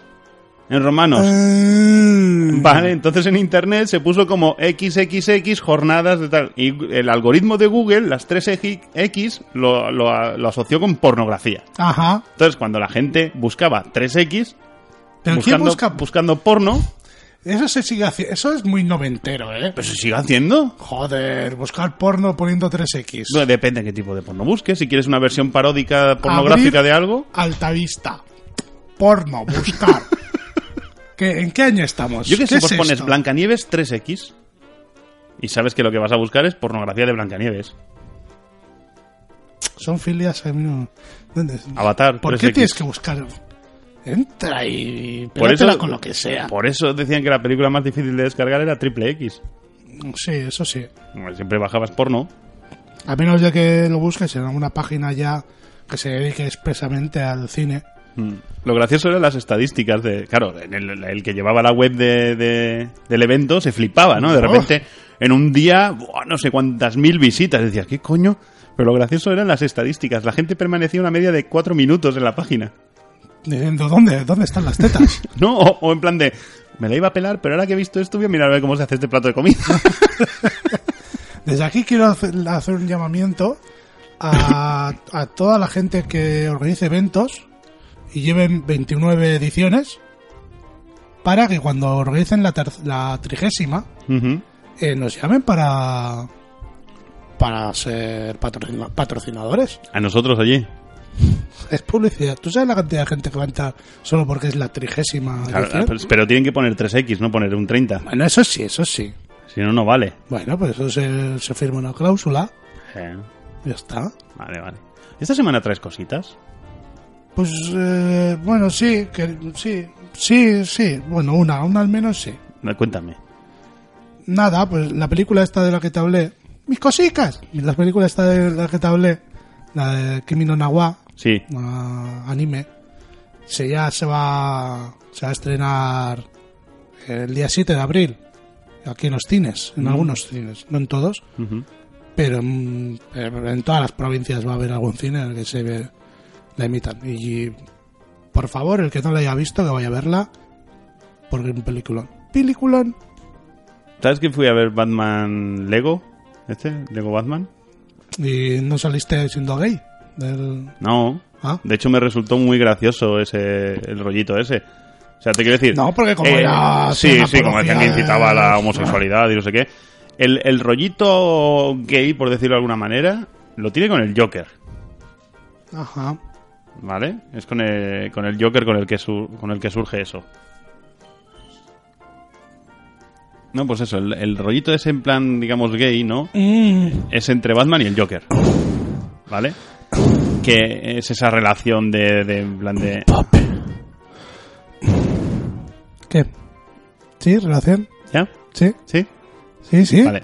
Speaker 3: en romanos.
Speaker 4: Eh. Mm.
Speaker 3: Vale, entonces en internet se puso como XXX jornadas de tal. Y el algoritmo de Google, las 3X, lo, lo- lo asoció con pornografía.
Speaker 4: Ajá.
Speaker 3: Entonces, cuando la gente buscaba 3X,
Speaker 4: Pero
Speaker 3: buscando,
Speaker 4: ¿quién busca?
Speaker 3: buscando porno,
Speaker 4: Eso se sigue haci- Eso es muy noventero, ¿eh?
Speaker 3: pues se sigue haciendo.
Speaker 4: Joder, buscar porno poniendo 3X.
Speaker 3: Pues Bueno, depende de qué tipo de porno busques. Si quieres una versión paródica pornográfica
Speaker 4: Abrir
Speaker 3: de algo.
Speaker 4: Altavista. Porno, buscar. ¿Qué- ¿En qué año estamos?
Speaker 3: Yo que sé,
Speaker 4: ¿Qué
Speaker 3: pues
Speaker 4: es
Speaker 3: pones
Speaker 4: esto?
Speaker 3: Blancanieves 3X y sabes que lo que vas a buscar es pornografía de Blancanieves.
Speaker 4: Son filias a mí no- ¿Dónde es?
Speaker 3: Avatar
Speaker 4: ¿Por qué
Speaker 3: 3X.
Speaker 4: tienes que buscar? Entra y
Speaker 3: Por
Speaker 4: pégatela
Speaker 3: eso-
Speaker 4: con lo que sea.
Speaker 3: Por eso decían que la película más difícil de descargar era Triple X.
Speaker 4: Sí, eso sí.
Speaker 3: Bueno, Siempre bajabas porno.
Speaker 4: A menos de que lo busques en alguna página ya que se dedique expresamente al cine.
Speaker 3: Mm. Lo gracioso eran las estadísticas de... Claro, en el, el que llevaba la web de- de- del evento se flipaba, ¿no? De
Speaker 4: Oh.
Speaker 3: repente, en un día, buah, no sé cuántas mil visitas. Decías, ¿qué coño? Pero lo gracioso eran las estadísticas. La gente permanecía una media de cuatro minutos en la página.
Speaker 4: Diciendo, ¿dónde, dónde están las tetas?
Speaker 3: ¿No? O, o en plan de, me la iba a pelar, pero ahora que he visto esto voy a mirar a ver cómo se hace este plato de comida.
Speaker 4: Desde aquí quiero hacer hacer un llamamiento a, a toda la gente que organice eventos y lleven 29 ediciones para que cuando organicen la, ter- la trigésima
Speaker 3: Ujú.
Speaker 4: eh, nos llamen para para ser patrocina- patrocinadores.
Speaker 3: A nosotros allí.
Speaker 4: Es publicidad. ¿Tú sabes la cantidad de gente que va a entrar solo porque es la trigésima
Speaker 3: Claro,
Speaker 4: edición?
Speaker 3: pero- pero tienen que poner 3X, no poner un 30.
Speaker 4: Bueno, eso sí, eso sí.
Speaker 3: Si no, no vale.
Speaker 4: Bueno, pues eso se, se firma una cláusula.
Speaker 3: Eh,
Speaker 4: Ya está.
Speaker 3: Vale, vale. Esta semana traes cositas.
Speaker 4: Pues eh, bueno, sí, que, sí, sí, sí. Bueno, una, una al menos sí.
Speaker 3: No, Cuéntame.
Speaker 4: Nada, pues la película esta de la que te hablé, mis cosicas. La película esta de la que te hablé, la de Kimi no Nawa,
Speaker 3: Sí.
Speaker 4: una anime, se ya se va, se va a estrenar el día 7 de abril aquí en los cines, en algunos cines, no en todos,
Speaker 3: Ujú.
Speaker 4: pero en, en todas las provincias va a haber algún cine en el que se ve, la emitan. Y por favor, el que no la haya visto, que vaya a verla, porque es un peliculón. Peliculón.
Speaker 3: ¿Sabes que fui a ver Batman Lego? ¿Este? ¿Lego Batman?
Speaker 4: Y no saliste siendo gay. Del...
Speaker 3: No.
Speaker 4: Ah.
Speaker 3: De hecho, me resultó muy gracioso ese el rollito ese. O sea, te quiero decir.
Speaker 4: No, porque como era
Speaker 3: Sí,
Speaker 4: una
Speaker 3: sí, como
Speaker 4: pornografía
Speaker 3: decían que incitaba
Speaker 4: de-
Speaker 3: a la homosexualidad y no sé qué. el, el rollito gay, por decirlo de alguna manera, lo tiene con el Joker,
Speaker 4: Ajá.
Speaker 3: ¿vale? Es con el, con el Joker con el, que su- con el que surge eso. No, pues eso, el, el rollito es en plan, digamos, gay, ¿no?
Speaker 4: Mm,
Speaker 3: es entre Batman y el Joker. ¿Vale? Que es esa relación de, de en plan de...
Speaker 4: ¿Qué? ¿Sí? ¿Relación?
Speaker 3: ¿Ya?
Speaker 4: ¿Sí?
Speaker 3: ¿Sí?
Speaker 4: ¿Sí? ¿Sí?
Speaker 3: Vale.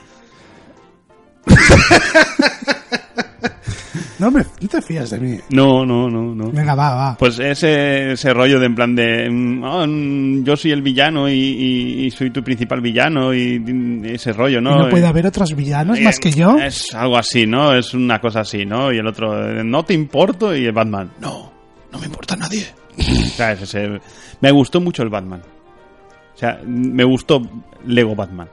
Speaker 4: No, me, no te fías de mí.
Speaker 3: No, no, no, no.
Speaker 4: Venga, va, va.
Speaker 3: Pues ese, ese rollo de en plan de... mm, ah, mm, yo soy el villano y, y- y soy tu principal villano y, mm, ese rollo,
Speaker 4: ¿Y
Speaker 3: ¿no?
Speaker 4: ¿No, puede haber otros villanos
Speaker 3: Eh,
Speaker 4: más que yo?
Speaker 3: Es algo así, ¿no? Es una cosa así, ¿no? Y el otro, eh, no te importo y el Batman, no, no me importa a nadie. ¿Sabes? Ese- me gustó mucho el Batman. O sea, me gustó Lego Batman.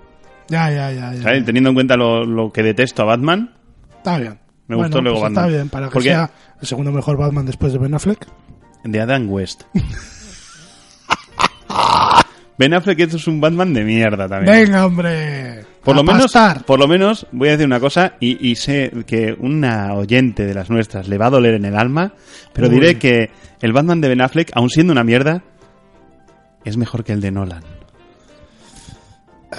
Speaker 4: Ya, ya, ya. ya.
Speaker 3: ¿sabes? Teniendo en cuenta lo, lo que detesto a Batman,
Speaker 4: Está bien.
Speaker 3: Me gustó luego
Speaker 4: Batman. Está
Speaker 3: Batman.
Speaker 4: bien, para que
Speaker 3: Porque-
Speaker 4: sea el segundo mejor Batman después de Ben Affleck.
Speaker 3: de Adam West. Ben Affleck es un Batman de mierda también.
Speaker 4: Venga, hombre.
Speaker 3: Por
Speaker 4: A
Speaker 3: lo, menos,
Speaker 4: pastar.
Speaker 3: por lo menos voy a decir una cosa y, y sé que una oyente de las nuestras le va a doler en el alma, pero
Speaker 4: Uy.
Speaker 3: diré que el Batman de Ben Affleck, aun siendo una mierda, es mejor que el de Nolan.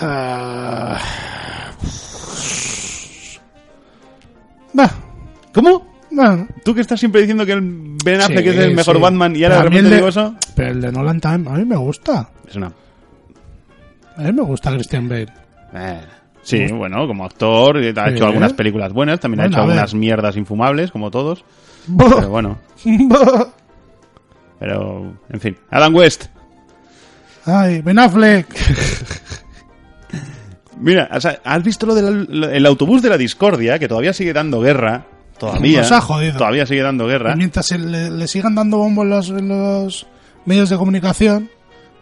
Speaker 4: Ah. Va.
Speaker 3: ¿Cómo?
Speaker 4: Bueno.
Speaker 3: ¿Tú que estás siempre diciendo que el Ben
Speaker 4: Sí,
Speaker 3: Affleck es el mejor
Speaker 4: sí.
Speaker 3: Batman y
Speaker 4: Pero
Speaker 3: ahora de
Speaker 4: a mí
Speaker 3: repente
Speaker 4: el de-
Speaker 3: digo eso?
Speaker 4: Pero el de Nolan también, a mí me gusta.
Speaker 3: Es una...
Speaker 4: A mí me gusta Christian Bale.
Speaker 3: eh, Sí, bueno, como actor eh, ha
Speaker 4: Sí.
Speaker 3: hecho algunas películas buenas, también
Speaker 4: Bueno,
Speaker 3: ha hecho
Speaker 4: a ver.
Speaker 3: algunas mierdas infumables, como todos, pero bueno, pero en fin. Adam West,
Speaker 4: Ay, Ben Affleck.
Speaker 3: Mira, o sea, ¿has visto lo del el autobús de la discordia? Que todavía sigue dando guerra. Todavía.
Speaker 4: Nos ha jodido.
Speaker 3: Todavía sigue dando guerra.
Speaker 4: Y mientras se le, le sigan dando bombo en los, en los medios de comunicación,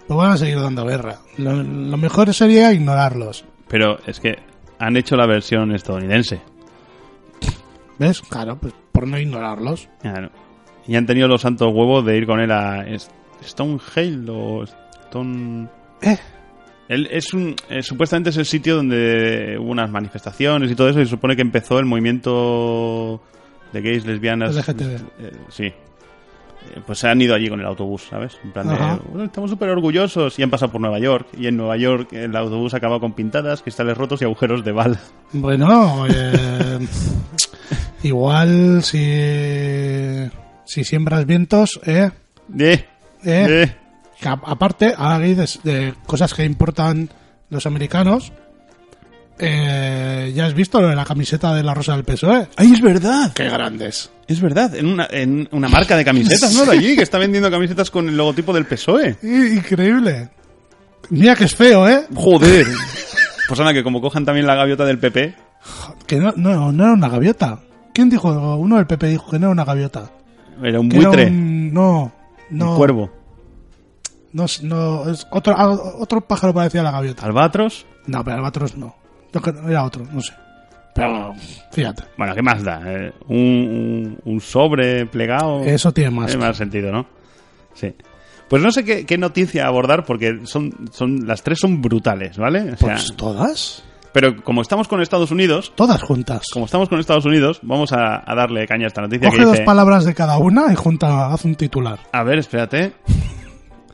Speaker 4: pues van a seguir dando guerra. Lo, lo mejor sería ignorarlos.
Speaker 3: Pero es que han hecho la versión estadounidense.
Speaker 4: ¿Ves? Claro, pues por no ignorarlos.
Speaker 3: Claro. Y han tenido los santos huevos de ir con él a Es- Stonehenge o Stone...
Speaker 4: Eh.
Speaker 3: Él es un, eh, supuestamente es el sitio donde hubo unas manifestaciones y todo eso y se supone que empezó el movimiento de gays, lesbianas...
Speaker 4: LGTB.
Speaker 3: eh, sí. Eh, Pues se han ido allí con el autobús, ¿sabes? En plan de,
Speaker 4: Ajá.
Speaker 3: "Bueno, estamos súper orgullosos y han pasado por Nueva York. Y en Nueva York el autobús acaba con pintadas, cristales rotos y agujeros de bala.
Speaker 4: Bueno, eh, igual si, si siembras vientos, ¿eh?
Speaker 3: Eh,
Speaker 4: Eh.
Speaker 3: eh.
Speaker 4: Que a- aparte, ahora que dices de cosas que importan los americanos, eh, ya has visto lo de la camiseta de la Rosa del PSOE.
Speaker 3: ¡Ay, es verdad!
Speaker 4: E. ¡Qué grandes!
Speaker 3: Es verdad, en una, en una marca de camisetas, ¿no? De allí, que está vendiendo camisetas con el logotipo del PSOE.
Speaker 4: Increíble. Mira que es feo, ¿eh?
Speaker 3: Joder. Pues Ana, que como cojan también la gaviota del PP.
Speaker 4: Que no, no, no era una gaviota. ¿Quién dijo? Uno del PP dijo que no era una gaviota.
Speaker 3: Era un
Speaker 4: Que era
Speaker 3: buitre, un,
Speaker 4: un- no, no.
Speaker 3: cuervo.
Speaker 4: No, es- no, es otro, a- otro pájaro parecido a la gaviota.
Speaker 3: Albatros.
Speaker 4: No, pero albatros no. Yo creo- Era otro, no sé. Pero fíjate.
Speaker 3: Bueno, ¿qué más da? Eh, un, un- un sobre plegado.
Speaker 4: Eso tiene más.
Speaker 3: Tiene más sentido, ¿no? Sí. Pues no sé qué, qué noticia abordar porque son, son las tres son brutales, ¿vale? O sea,
Speaker 4: Pues todas.
Speaker 3: pero como estamos con Estados Unidos,
Speaker 4: Todas juntas.
Speaker 3: como estamos con Estados Unidos, vamos a, a darle caña a esta noticia
Speaker 4: Coge
Speaker 3: que
Speaker 4: dos
Speaker 3: dice...
Speaker 4: palabras de cada una y junta, haz un titular.
Speaker 3: A ver, espérate.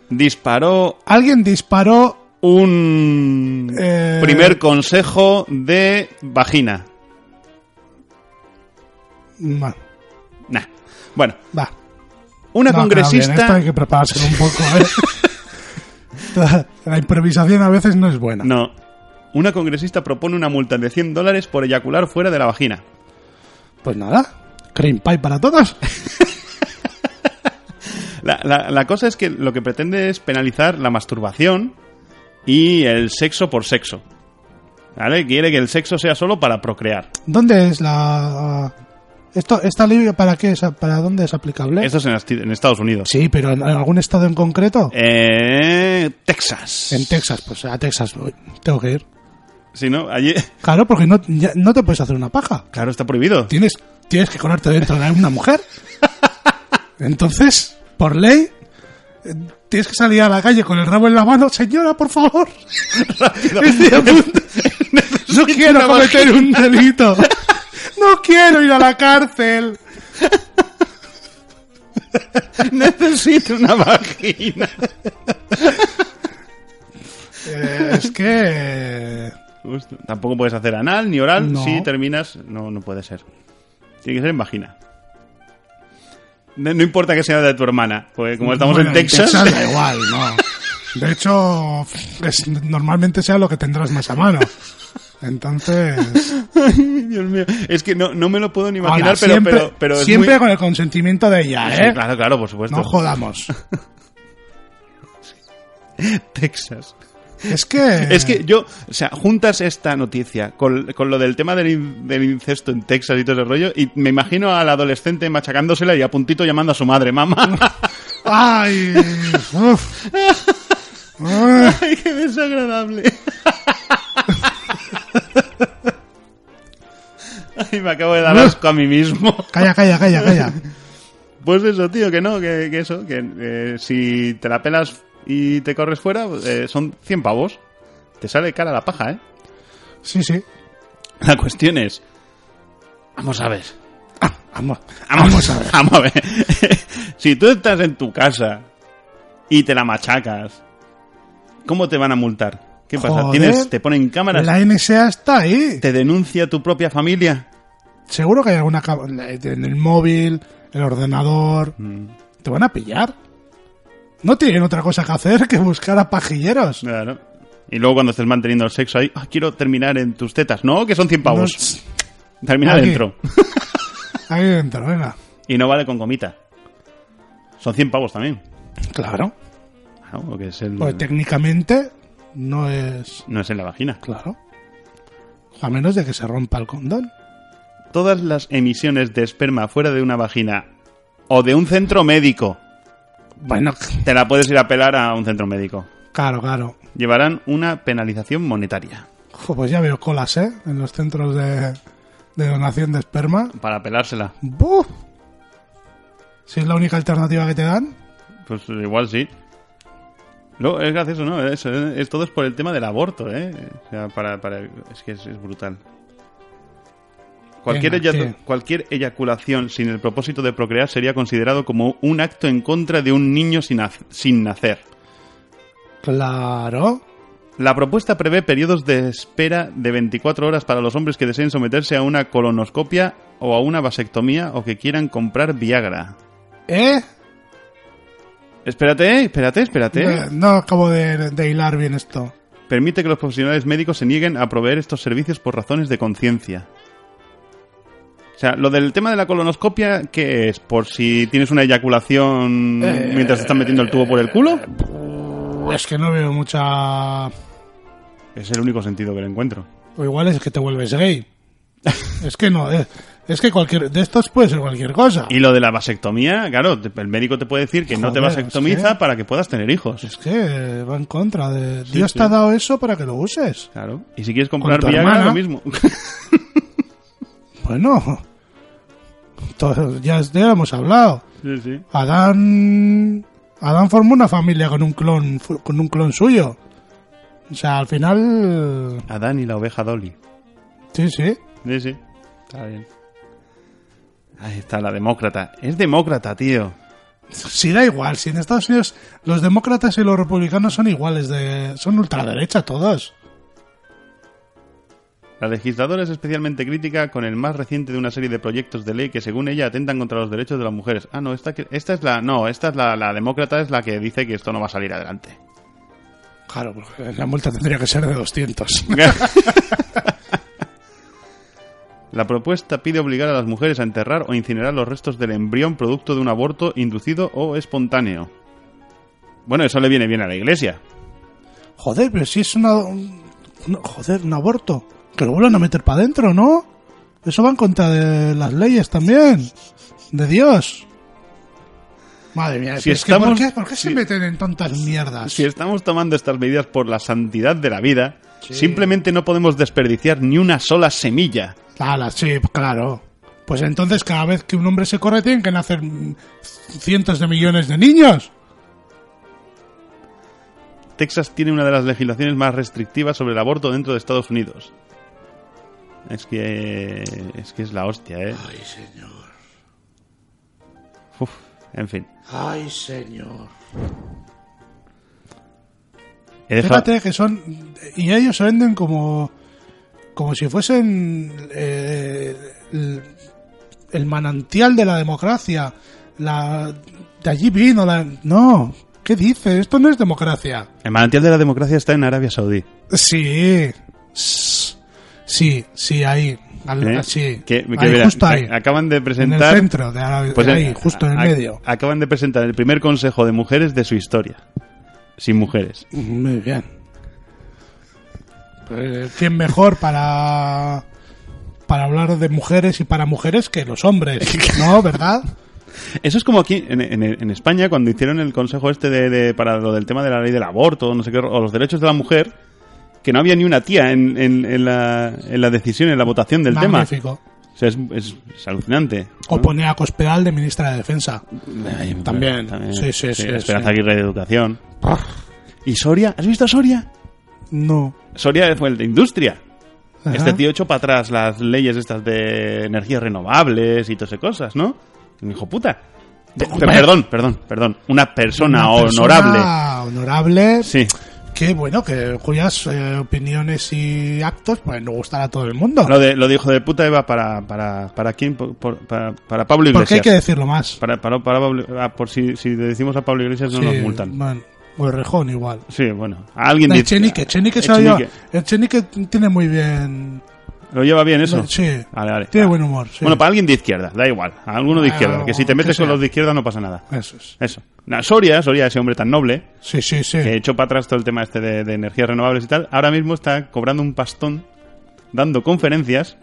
Speaker 3: Disparó
Speaker 4: Alguien disparó.
Speaker 3: un
Speaker 4: Eh,
Speaker 3: primer consejo de vagina.
Speaker 4: Va,
Speaker 3: Nah. Bueno,
Speaker 4: va.
Speaker 3: una
Speaker 4: No, claro, bien, esto
Speaker 3: congresista.
Speaker 4: hay que prepararse un poco, ¿eh? La improvisación a veces no es buena.
Speaker 3: No. Una congresista propone una multa de 100 dólares por eyacular fuera de la vagina.
Speaker 4: Pues nada. Cream pie para todos.
Speaker 3: La, la- la cosa es que lo que pretende es penalizar la masturbación y el sexo por sexo. ¿Vale? Quiere que el sexo sea solo para procrear.
Speaker 4: ¿Dónde es la. Esto, ¿Esta ley para qué? es? ¿Para dónde es aplicable?
Speaker 3: Esto es en, asti- en Estados Unidos.
Speaker 4: ¿Eh? Sí, pero en algún estado en concreto.
Speaker 3: Eh, Texas.
Speaker 4: En Texas, pues a Texas voy. tengo que ir.
Speaker 3: Si no, allí.
Speaker 4: Claro, porque no, ya- no te puedes hacer una paja.
Speaker 3: Claro, está prohibido.
Speaker 4: Tienes, tienes que colarte dentro de una mujer. Entonces, por ley, eh, tienes que salir a la calle con el rabo en la mano. Señora, por favor.
Speaker 3: Rápido.
Speaker 4: Estoy a punto. No quiero cometer un delito. No quiero ir a la cárcel.
Speaker 3: Necesito una vagina.
Speaker 4: Eh, es que.
Speaker 3: Justo. Tampoco puedes hacer anal ni oral.
Speaker 4: No.
Speaker 3: Si terminas, no, no puede ser. Tiene que ser en vagina. No, no importa que sea de tu hermana, porque como estamos
Speaker 4: Bueno,
Speaker 3: en Texas,
Speaker 4: da igual, no. De hecho, es- normalmente sea lo que tendrás más a mano. Entonces.
Speaker 3: Dios mío, es que no, no me lo puedo ni imaginar,
Speaker 4: Ahora,
Speaker 3: pero,
Speaker 4: eh. siempre
Speaker 3: pero, pero es
Speaker 4: siempre
Speaker 3: muy-
Speaker 4: con el consentimiento de ella,
Speaker 3: Sí,
Speaker 4: ¿eh?
Speaker 3: claro, claro, por supuesto.
Speaker 4: no jodamos.
Speaker 3: Texas.
Speaker 4: Es que.
Speaker 3: Es que yo, o sea, juntas esta noticia con, con lo del tema del, in- del incesto en Texas y todo ese rollo, y me imagino al adolescente machacándosela y a puntito llamando a su madre, mamá.
Speaker 4: ¡Ay! uf. Ay.
Speaker 3: Ay, qué desagradable. Ay, me acabo de dar asco a mí mismo.
Speaker 4: Calla, calla, calla, calla.
Speaker 3: Pues eso, tío, que no, que, que eso, que eh, si te la pelas y te corres fuera, eh, son 100 pavos. Te sale cara la paja, ¿eh?
Speaker 4: Sí, sí.
Speaker 3: La cuestión es... Vamos a ver.
Speaker 4: Vamos,
Speaker 3: Vamos a ver. Vamos a ver. si tú estás en tu casa y te la machacas, ¿cómo te van a multar? ¿Qué pasa?
Speaker 4: Joder.
Speaker 3: ¿Tienes, ¿Te ponen cámaras?
Speaker 4: La NSA está ahí.
Speaker 3: ¿Te denuncia tu propia familia?
Speaker 4: Seguro que hay alguna cab- la- en el móvil, el ordenador. Te van a pillar. No tienen otra cosa que hacer que buscar a pajilleros.
Speaker 3: Claro. Y luego cuando estés manteniendo el sexo ahí, "Ah, quiero terminar en tus tetas. No, que son 100 pavos. Termina
Speaker 4: Aquí.
Speaker 3: dentro.
Speaker 4: Ahí dentro, venga.
Speaker 3: Y no vale con gomita. Son 100 pavos también.
Speaker 4: Claro.
Speaker 3: Claro, porque es el-
Speaker 4: Porque Pues técnicamente no es.
Speaker 3: no es en la vagina.
Speaker 4: Claro. A menos de que se rompa el condón.
Speaker 3: Todas las emisiones de esperma fuera de una vagina o de un centro médico,
Speaker 4: Bueno,
Speaker 3: te la puedes ir a pelar a un centro médico.
Speaker 4: claro, claro.
Speaker 3: Llevarán una penalización monetaria
Speaker 4: Jo, pues ya veo colas, ¿eh? En los centros de, de donación de esperma.
Speaker 3: para pelársela.
Speaker 4: ¡Buf! Si es la única alternativa que te dan.
Speaker 3: Pues igual sí. No, es gracioso, ¿no? Es, es- todo es por el tema del aborto, ¿eh? O sea, para, para- es que es, es brutal. Cualquier,
Speaker 4: Venga,
Speaker 3: eyacu-
Speaker 4: sí.
Speaker 3: cualquier eyaculación sin el propósito de procrear sería considerado como un acto en contra de un niño sin, haz- sin nacer.
Speaker 4: Claro.
Speaker 3: La propuesta prevé periodos de espera de 24 horas para los hombres que deseen someterse a una colonoscopia o a una vasectomía o que quieran comprar Viagra.
Speaker 4: ¿Eh?
Speaker 3: Espérate, espérate, espérate.
Speaker 4: Eh, No acabo de, de hilar bien esto.
Speaker 3: permite que los profesionales médicos se nieguen a proveer estos servicios por razones de conciencia. O sea, lo del tema de la colonoscopia, ¿qué es? ¿Por si tienes una eyaculación mientras te están metiendo el tubo por el culo?
Speaker 4: Es que no veo mucha.
Speaker 3: Es el único sentido que le encuentro.
Speaker 4: O igual es que te vuelves gay. es que no. Es, es que cualquier. De estos puede ser cualquier cosa.
Speaker 3: Y lo de la vasectomía, claro, te- el médico te puede decir que no te
Speaker 4: Joder,
Speaker 3: vasectomiza
Speaker 4: es que-
Speaker 3: para que puedas tener hijos.
Speaker 4: Es que va en contra de. Dios
Speaker 3: sí.
Speaker 4: te ha dado eso para que lo uses.
Speaker 3: Claro. Y si quieres comprar
Speaker 4: tu
Speaker 3: Viagra,
Speaker 4: hermana.
Speaker 3: lo mismo.
Speaker 4: Bueno. Todo- ya, ya hemos hablado.
Speaker 3: sí, sí.
Speaker 4: Adán. Adán formó una familia con un clon. fu- Con un clon suyo. O sea, al final.
Speaker 3: Adán y la oveja Dolly.
Speaker 4: Sí, sí.
Speaker 3: Sí, sí. Está bien. Ahí está la demócrata. Es demócrata, tío.
Speaker 4: pues Sí, da igual. Si en Estados Unidos los demócratas y los republicanos son iguales, de, son ultraderecha todos.
Speaker 3: La legisladora es especialmente crítica con el más reciente de una serie de proyectos de ley que según ella atentan contra los derechos de las mujeres. Ah, no, esta, que- esta es la... No, esta es la, la demócrata, es la que dice que esto no va a salir adelante.
Speaker 4: Claro, porque la multa tendría que ser de 200.
Speaker 3: La propuesta pide obligar a las mujeres a enterrar o incinerar los restos del embrión producto de un aborto inducido o espontáneo. Bueno, eso le viene bien a la iglesia.
Speaker 4: Joder, pero si es una, un- un- joder, un aborto. Que lo vuelvan a meter para adentro, ¿no? Eso va en contra de las leyes también. De Dios. Madre mía,
Speaker 3: Si
Speaker 4: pero es que
Speaker 3: estamos-
Speaker 4: ¿por qué, por qué se
Speaker 3: si-
Speaker 4: meten en tantas mierdas?
Speaker 3: Si estamos tomando estas medidas por la santidad de la vida, simplemente no podemos desperdiciar ni una sola semilla.
Speaker 4: Ala, sí, claro. Pues entonces cada vez que un hombre se corre tienen que nacer mm, cientos de millones de niños.
Speaker 3: Texas tiene una de las legislaciones más restrictivas sobre el aborto dentro de Estados Unidos. Es que es que es la hostia, ¿eh?
Speaker 6: Ay, señor.
Speaker 3: Uf, en fin.
Speaker 6: Ay, señor.
Speaker 3: He dejado-
Speaker 4: Fíjate que son. Y ellos se venden como. Como si fuesen. eh, el, el manantial de la democracia. La. De allí vino la. No. ¿Qué dices? Esto no es democracia.
Speaker 3: El manantial de la democracia está en Arabia Saudí.
Speaker 4: Sí. S- Sí, sí, ahí. Al-
Speaker 3: ¿eh?
Speaker 4: Ah, Sí.
Speaker 3: Que- que
Speaker 4: Ahí,
Speaker 3: verás,
Speaker 4: justo ahí.
Speaker 3: a- Acaban de
Speaker 4: En el
Speaker 3: presentar.
Speaker 4: centro, de Arabia-
Speaker 3: pues,
Speaker 4: ahí,
Speaker 3: eh,
Speaker 4: justo en el
Speaker 3: a-
Speaker 4: medio.
Speaker 3: Acaban de presentar el primer consejo de mujeres de su historia. Sin mujeres.
Speaker 4: Muy bien. Pues, ¿Quién mejor para, para hablar de mujeres y para mujeres que los hombres? ¿No? ¿Verdad?
Speaker 3: Eso es como aquí en, en- en España, cuando hicieron el consejo este de, de- para lo del tema de la ley del aborto, no sé qué, o los derechos de la mujer, que no había ni una tía en, en- en la, en la decisión, en la votación
Speaker 4: Ah,
Speaker 3: del tema.
Speaker 4: Magnífico.
Speaker 3: O sea, es, es- es alucinante.
Speaker 4: O
Speaker 3: ¿no?
Speaker 4: pone a Cospedal de ministra de Defensa.
Speaker 3: Ay,
Speaker 4: También. Sí, sí, sí,
Speaker 3: Esperanza
Speaker 4: sí. Ah.
Speaker 3: Aguirre de Educación. ¿Y Soria? ¿Has visto a Soria?
Speaker 4: No.
Speaker 3: Soria fue el de Industria.
Speaker 4: Ajá.
Speaker 3: Este tío echó para atrás las leyes estas de energías renovables y todo ese cosas, ¿no? Un hijo puta. Pe- pe- perdón, perdón, perdón. Una persona
Speaker 4: Una persona
Speaker 3: honorable.
Speaker 4: Honorable.
Speaker 3: Sí.
Speaker 4: Que bueno, que cuyas eh, opiniones y actos pues no gustará a todo el mundo.
Speaker 3: Lo de, lo de hijo de puta iba para, para, para quién, por- por- para, para Pablo Iglesias.
Speaker 4: Porque hay que decirlo más.
Speaker 3: Para, para, para Pablo- ah, por si, si le decimos a Pablo Iglesias no
Speaker 4: Sí,
Speaker 3: nos multan.
Speaker 4: bueno, o el Rejón igual.
Speaker 3: Sí, bueno. A alguien
Speaker 4: El
Speaker 3: dice-
Speaker 4: Chenique, Chenique, se lo lleva-
Speaker 3: Echenique.
Speaker 4: el Chenique tiene muy bien
Speaker 3: ¿Lo lleva bien eso?
Speaker 4: Sí.
Speaker 3: Vale, vale.
Speaker 4: Tiene
Speaker 3: Ah.
Speaker 4: buen humor, sí.
Speaker 3: Bueno, para alguien de izquierda, da igual. A alguno de
Speaker 4: Ah,
Speaker 3: izquierda. que si te
Speaker 4: que
Speaker 3: metes con
Speaker 4: sea.
Speaker 3: los de izquierda no pasa nada.
Speaker 4: Eso es.
Speaker 3: Eso. Nah, Soria, Soria, ese hombre tan noble,
Speaker 4: Sí, sí, sí.
Speaker 3: que echó para atrás todo el tema este de, de energías renovables y tal, ahora mismo está cobrando un pastón dando conferencias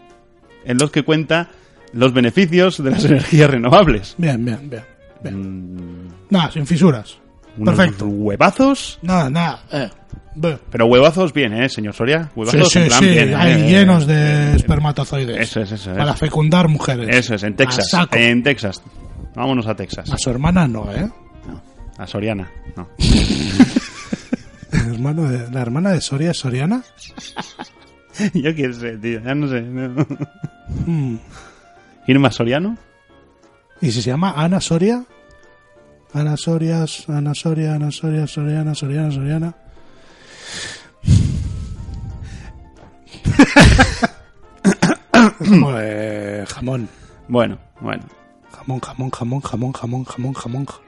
Speaker 3: en los que cuenta los beneficios de las energías renovables.
Speaker 4: Bien, bien, bien. bien.
Speaker 3: Mm,
Speaker 4: Nada, sin fisuras.
Speaker 3: unos
Speaker 4: Perfecto.
Speaker 3: huevazos.
Speaker 4: Nada, nada. Eh. Ve.
Speaker 3: Pero huevazos bien, ¿eh, señor Soria?
Speaker 4: Sí,
Speaker 3: Huevazos en
Speaker 4: sí,
Speaker 3: plan
Speaker 4: sí.
Speaker 3: bien.
Speaker 4: Ahí
Speaker 3: ¿eh?
Speaker 4: llenos de espermatozoides.
Speaker 3: Eso es, eso es.
Speaker 4: Para fecundar mujeres.
Speaker 3: Eso es, en Texas. Eh,
Speaker 4: A saco.
Speaker 3: En Texas. Vámonos a Texas.
Speaker 4: A su hermana no, ¿eh?
Speaker 3: No, a Soriana. No.
Speaker 4: Hermano de- la hermana de Soria es Soriana.
Speaker 3: Yo qué sé, tío. Ya no sé. no.
Speaker 4: Mm.
Speaker 3: ¿Irma Soriano?
Speaker 4: ¿Y si se llama Ana Soria? Ana Soria, Ana Soria, Ana Soria, Soriana, Soriana, Soriana. Como, eh, jamón,
Speaker 3: Bueno, bueno.
Speaker 4: jamón, jamón, jamón, jamón, jamón, jamón, jamón. ja-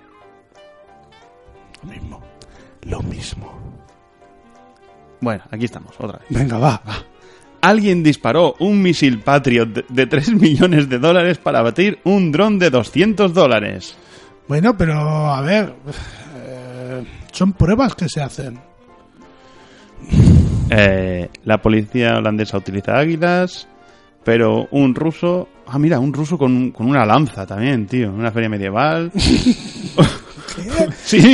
Speaker 4: Lo mismo, lo mismo.
Speaker 3: Bueno, aquí estamos, otra vez.
Speaker 4: Venga, va, va.
Speaker 3: Alguien disparó un misil Patriot de, de 3 millones de dólares para batir un dron de 200 dólares.
Speaker 4: Bueno, pero a ver, eh, son pruebas que se hacen.
Speaker 3: Eh, la policía holandesa utiliza águilas, pero un ruso... Ah, mira, un ruso con, con una lanza también, tío. en Una feria medieval. sí.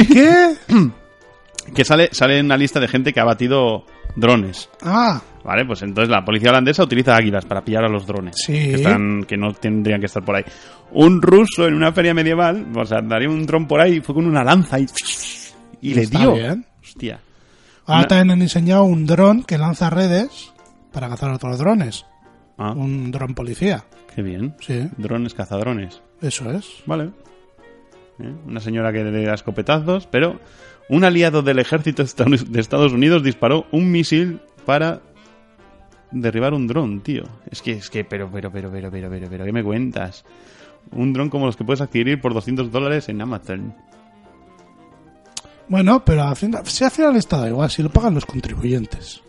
Speaker 4: ¿Qué?
Speaker 3: Que sale, sale en una lista de gente que ha batido drones.
Speaker 4: Ah,
Speaker 3: Vale, pues entonces la policía holandesa utiliza águilas para pillar a los drones.
Speaker 4: Sí.
Speaker 3: Que, están, que no tendrían que estar por ahí. Un ruso en una feria medieval, o sea, daría un dron por ahí y fue con una lanza y, y le
Speaker 4: Está
Speaker 3: dio.
Speaker 4: bien.
Speaker 3: Hostia.
Speaker 4: Ahora
Speaker 3: Una-
Speaker 4: también han enseñado un dron que lanza redes para cazar otros drones.
Speaker 3: Ah,
Speaker 4: Un dron policía.
Speaker 3: qué bien.
Speaker 4: Sí,
Speaker 3: Drones cazadrones.
Speaker 4: eso es.
Speaker 3: Vale. Eh, Una señora que le da escopetazos, pero un aliado del ejército estadouni- de Estados Unidos disparó un misil para derribar un dron, tío. Es que, es que, pero, pero, pero, pero, pero, pero, pero, ¿qué me cuentas? Un dron como los que puedes adquirir por 200 dólares en Amazon.
Speaker 4: Bueno, pero al final, si al final está da igual, si lo pagan los contribuyentes.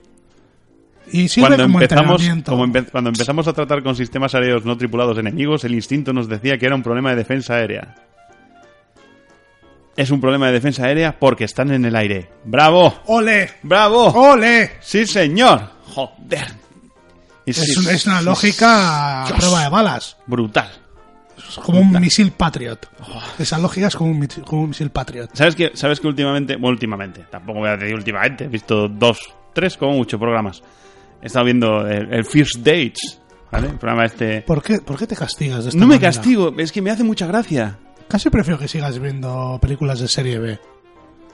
Speaker 4: Y sirve
Speaker 3: Cuando
Speaker 4: como
Speaker 3: empezamos,
Speaker 4: entrenamiento.
Speaker 3: como empe- cuando empezamos a tratar con sistemas aéreos no tripulados enemigos, el instinto nos decía que era un problema de defensa aérea. Es un problema de defensa aérea porque están en el aire. ¡Bravo!
Speaker 4: ¡Ole!
Speaker 3: ¡Bravo!
Speaker 4: ¡Ole!
Speaker 3: Sí, señor. Joder.
Speaker 4: Es, un- es una lógica a prueba de balas.
Speaker 3: brutal.
Speaker 4: Es como un misil Patriot. Esa lógica es como un, misil- como un misil Patriot.
Speaker 3: ¿Sabes que, ¿Sabes que últimamente, bueno, últimamente, tampoco voy a decir últimamente, he visto dos, tres, como mucho programas. He estado viendo el, el First Dates, ¿vale? El programa este...
Speaker 4: ¿Por qué, por qué te castigas de Pues esta
Speaker 3: No me
Speaker 4: manera?
Speaker 3: castigo, es que me hace mucha gracia.
Speaker 4: Casi prefiero que sigas viendo películas de serie B.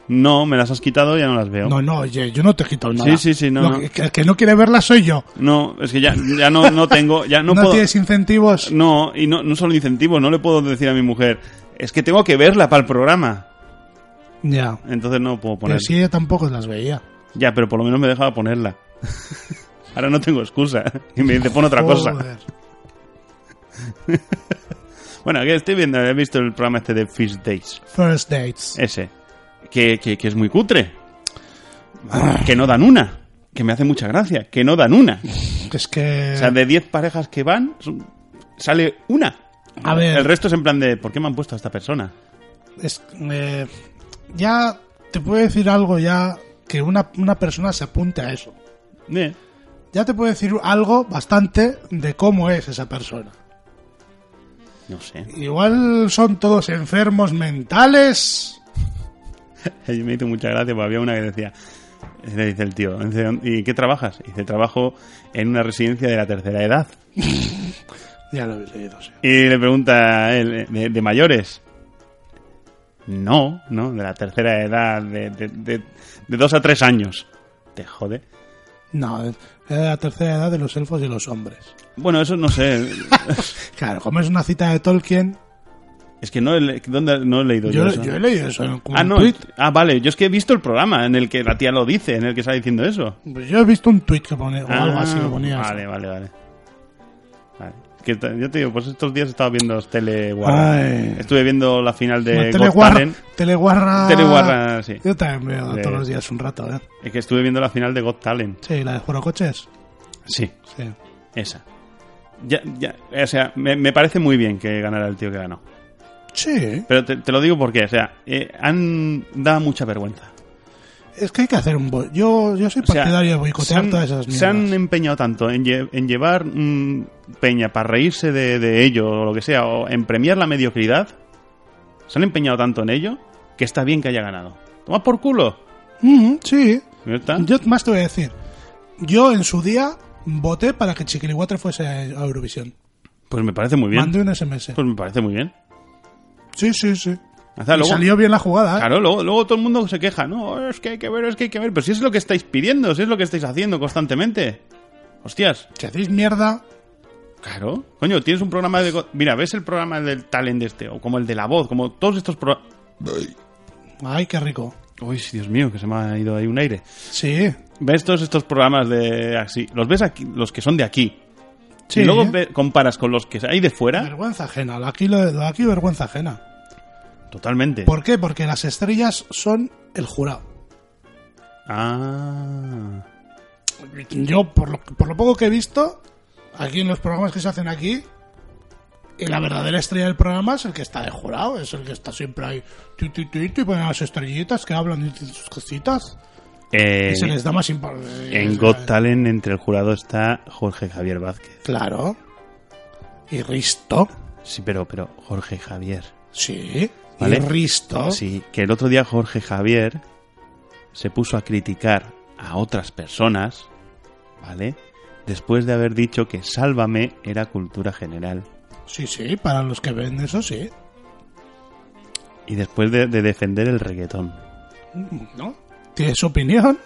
Speaker 3: No, me las has quitado y ya no las veo.
Speaker 4: No, no, oye, yo no te he quitado nada.
Speaker 3: Sí, sí, sí, no,
Speaker 4: Lo
Speaker 3: no.
Speaker 4: que- que- el que no quiere verla soy yo.
Speaker 3: No, es que ya, ya no, no tengo, ya Ah, no,
Speaker 4: No,
Speaker 3: puedo.
Speaker 4: tienes incentivos.
Speaker 3: No, y no, no solo incentivos, no le puedo decir a mi mujer, es que tengo que verla para el programa.
Speaker 4: Ya.
Speaker 3: Entonces no puedo poner.
Speaker 4: Pero si ella tampoco las veía.
Speaker 3: Ya, pero por lo menos me dejaba ponerla. Ahora no tengo excusa. Y me dice, pon otra cosa.
Speaker 4: Joder.
Speaker 3: Bueno, aquí estoy viendo, he visto el programa este de Fish Days.
Speaker 4: First dates.
Speaker 3: Ese. Que, que, que es muy cutre.
Speaker 4: Ah.
Speaker 3: Que no dan una. Que me hace mucha gracia. Que no dan una.
Speaker 4: Es que.
Speaker 3: O sea, de 10 parejas que van, son- sale una.
Speaker 4: A ver.
Speaker 3: El resto es en plan de, ¿por qué me han puesto a esta persona?
Speaker 4: es- eh, ya te puedo decir algo ya que una, una persona se apunte a eso.
Speaker 3: Eh,
Speaker 4: Ya te puedo decir algo bastante de cómo es esa persona.
Speaker 3: no sé.
Speaker 4: Igual son todos enfermos mentales.
Speaker 3: Y me hizo mucha gracia porque había una que decía, le dice el tío, dice, ¿y qué trabajas? Y dice, trabajo en una residencia de la tercera edad.
Speaker 4: Ya lo habéis leído, sí.
Speaker 3: Y le pregunta a él, eh, ¿de, de mayores? No, no, de la tercera edad, de, de, de- de dos a tres años. Te jode.
Speaker 4: No, es es la tercera edad de los elfos y los hombres.
Speaker 3: Bueno, eso no sé.
Speaker 4: Claro, como es una cita de Tolkien,
Speaker 3: es que no, he le- ¿dónde no he leído yo,
Speaker 4: yo,
Speaker 3: eso.
Speaker 4: yo he leído eso en
Speaker 3: Ah,
Speaker 4: un
Speaker 3: no.
Speaker 4: tuit.
Speaker 3: Ah, vale. Yo es que he visto el programa en el que la tía lo dice, en el que está diciendo eso.
Speaker 4: Pues yo he visto un tuit que pone, o algo
Speaker 3: Ah,
Speaker 4: así que ponía.
Speaker 3: Vale,
Speaker 4: eso.
Speaker 3: vale, vale. Vale. Que ta- yo te digo, pues estos días he estado viendo Tele
Speaker 4: Ay.
Speaker 3: Estuve viendo la final de
Speaker 4: Bueno,
Speaker 3: Got
Speaker 4: teleguarra,
Speaker 3: Talent.
Speaker 4: teleguarra.
Speaker 3: Teleguarra, sí.
Speaker 4: Yo también veo
Speaker 3: De-
Speaker 4: todos los días un rato, ¿eh?
Speaker 3: Es que estuve viendo la final de Got Talent.
Speaker 4: Sí, la de Jorocoches.
Speaker 3: Sí.
Speaker 4: Sí.
Speaker 3: Esa. Ya, ya, o sea, me, me parece muy bien que ganara el tío que ganó.
Speaker 4: Sí.
Speaker 3: Pero te, te lo digo porque, o sea, eh, han dado mucha vergüenza.
Speaker 4: Es que hay que hacer un. bo- Yo, yo soy
Speaker 3: O sea,
Speaker 4: partidario de boicotear
Speaker 3: se han-
Speaker 4: todas esas mierdas.
Speaker 3: Se han empeñado tanto en, lle- en llevar mm, peña para reírse de, de ello o lo que sea, o en premiar la mediocridad. Se han empeñado tanto en ello que está bien que haya ganado. Toma por culo.
Speaker 4: Mhm, sí.
Speaker 3: Ya está.
Speaker 4: Yo más te voy a decir. Yo en su día voté para que Chiquilicuatre fuese a Eurovisión.
Speaker 3: Pues me parece muy bien.
Speaker 4: Mandé un SMS.
Speaker 3: Pues me parece muy bien.
Speaker 4: Sí, sí, sí.
Speaker 3: Hasta
Speaker 4: Y
Speaker 3: luego.
Speaker 4: salió bien la jugada, ¿eh?
Speaker 3: Claro, luego, luego todo el mundo se queja. No, es que hay que ver, es que hay que ver. Pero si es lo que estáis pidiendo, si es lo que estáis haciendo constantemente. Hostias.
Speaker 4: Si hacéis mierda,
Speaker 3: Claro. Coño, tienes un programa de... go- Mira, ves el programa del talent este, o como el de la voz, como todos estos programas...
Speaker 4: ay, qué rico.
Speaker 3: Uy, Dios mío, que se me ha ido ahí un aire. ¿Eh?
Speaker 4: Sí,
Speaker 3: ¿Ves todos estos programas de así? Los ves aquí, los que son de aquí.
Speaker 4: sí.
Speaker 3: Y luego ve- comparas con los que hay de fuera,
Speaker 4: Vergüenza ajena. Lo de aquí, lo de lo de aquí, vergüenza ajena.
Speaker 3: totalmente.
Speaker 4: ¿Por qué? Porque las estrellas son el jurado.
Speaker 3: Ah.
Speaker 4: Yo, por lo, por lo poco que he visto, aquí en los programas que se hacen aquí, y la verdadera estrella del programa es el que está de jurado, es el que está siempre ahí, tu, tu, tu, tu, y ponen las estrellitas que hablan y sus cositas,
Speaker 3: Eh,
Speaker 4: y se les da más eh, importancia.
Speaker 3: en Got Talent entre el jurado está Jorge Javier Vázquez.
Speaker 4: Claro. Y Risto.
Speaker 3: Sí, pero, pero Jorge Javier.
Speaker 4: Sí.
Speaker 3: ¿Vale?
Speaker 4: Y Risto.
Speaker 3: Sí, que el otro día Jorge Javier se puso a criticar a otras personas, ¿vale? Después de haber dicho que Sálvame era cultura general.
Speaker 4: Sí, sí, para los que ven eso, sí.
Speaker 3: Y después de, de defender el reggaetón.
Speaker 4: ¿No? Tiene su opinión.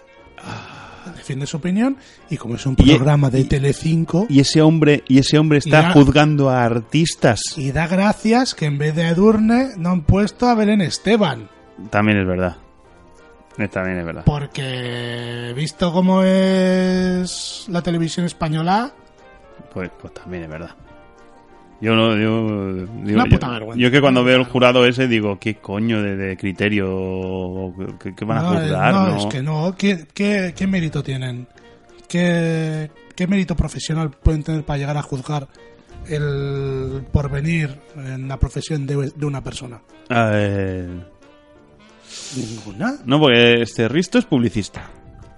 Speaker 4: Ah, Defiende su opinión. Y como es un
Speaker 3: Y-
Speaker 4: programa de
Speaker 3: y-
Speaker 4: Telecinco...
Speaker 3: Y ese hombre, y ese hombre está
Speaker 4: Mira.
Speaker 3: juzgando a artistas.
Speaker 4: Y da gracias que en vez de a Edurne no han puesto a Belén Esteban.
Speaker 3: También es verdad. Eh, También es verdad.
Speaker 4: Porque visto cómo es la televisión española,
Speaker 3: Pues, pues también es verdad. Yo no, yo, digo,
Speaker 4: Una
Speaker 3: yo-
Speaker 4: puta vergüenza.
Speaker 3: Yo que cuando veo el jurado ese digo, ¿qué coño de, de criterio? ¿Qué, qué van a
Speaker 4: no, eh,
Speaker 3: juzgar?
Speaker 4: no,
Speaker 3: no?
Speaker 4: es que no. ¿Qué, qué, qué mérito tienen? ¿Qué, qué mérito profesional pueden tener para llegar a juzgar el porvenir en la profesión de, de una persona?
Speaker 3: A ver.
Speaker 4: Ninguna.
Speaker 3: No, porque este Risto es publicista.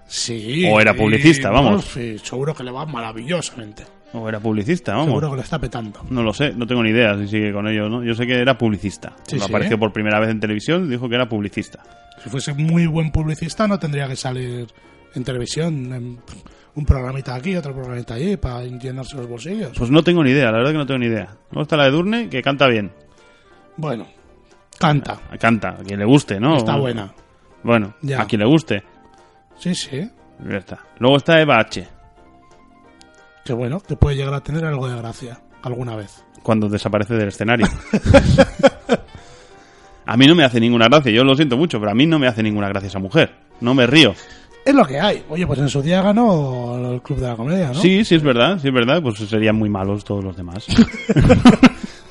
Speaker 4: Sí.
Speaker 3: O era
Speaker 4: y,
Speaker 3: publicista, vamos.
Speaker 4: sí, seguro que le va maravillosamente.
Speaker 3: O era publicista, vamos.
Speaker 4: Seguro que lo está petando.
Speaker 3: No lo sé, no tengo ni idea si sigue con ello, ¿no? Yo sé que era publicista.
Speaker 4: Sí,
Speaker 3: Cuando
Speaker 4: sí.
Speaker 3: apareció por primera vez en televisión, dijo que era publicista.
Speaker 4: Si fuese muy buen publicista no tendría que salir en televisión, en un programita aquí, otro programita allí, para llenarse los bolsillos.
Speaker 3: Pues no tengo ni idea, la verdad que no tengo ni idea. Luego está la de Durne, que canta bien.
Speaker 4: Bueno, canta,
Speaker 3: Canta, a quien le guste, ¿no?
Speaker 4: está buena.
Speaker 3: Bueno,
Speaker 4: Ya.
Speaker 3: a quien le guste.
Speaker 4: Sí, sí.
Speaker 3: Ya está. Luego está Eva H.
Speaker 4: Que bueno, que puede llegar a tener algo de gracia alguna vez.
Speaker 3: cuando desaparece del escenario. a mí no me hace ninguna gracia, yo lo siento mucho, pero a mí no me hace ninguna gracia esa mujer. No me río.
Speaker 4: Es lo que hay. Oye, pues en su día ganó el Club de la Comedia, ¿no?
Speaker 3: Sí, sí es verdad, sí es verdad, pues serían muy malos todos los demás.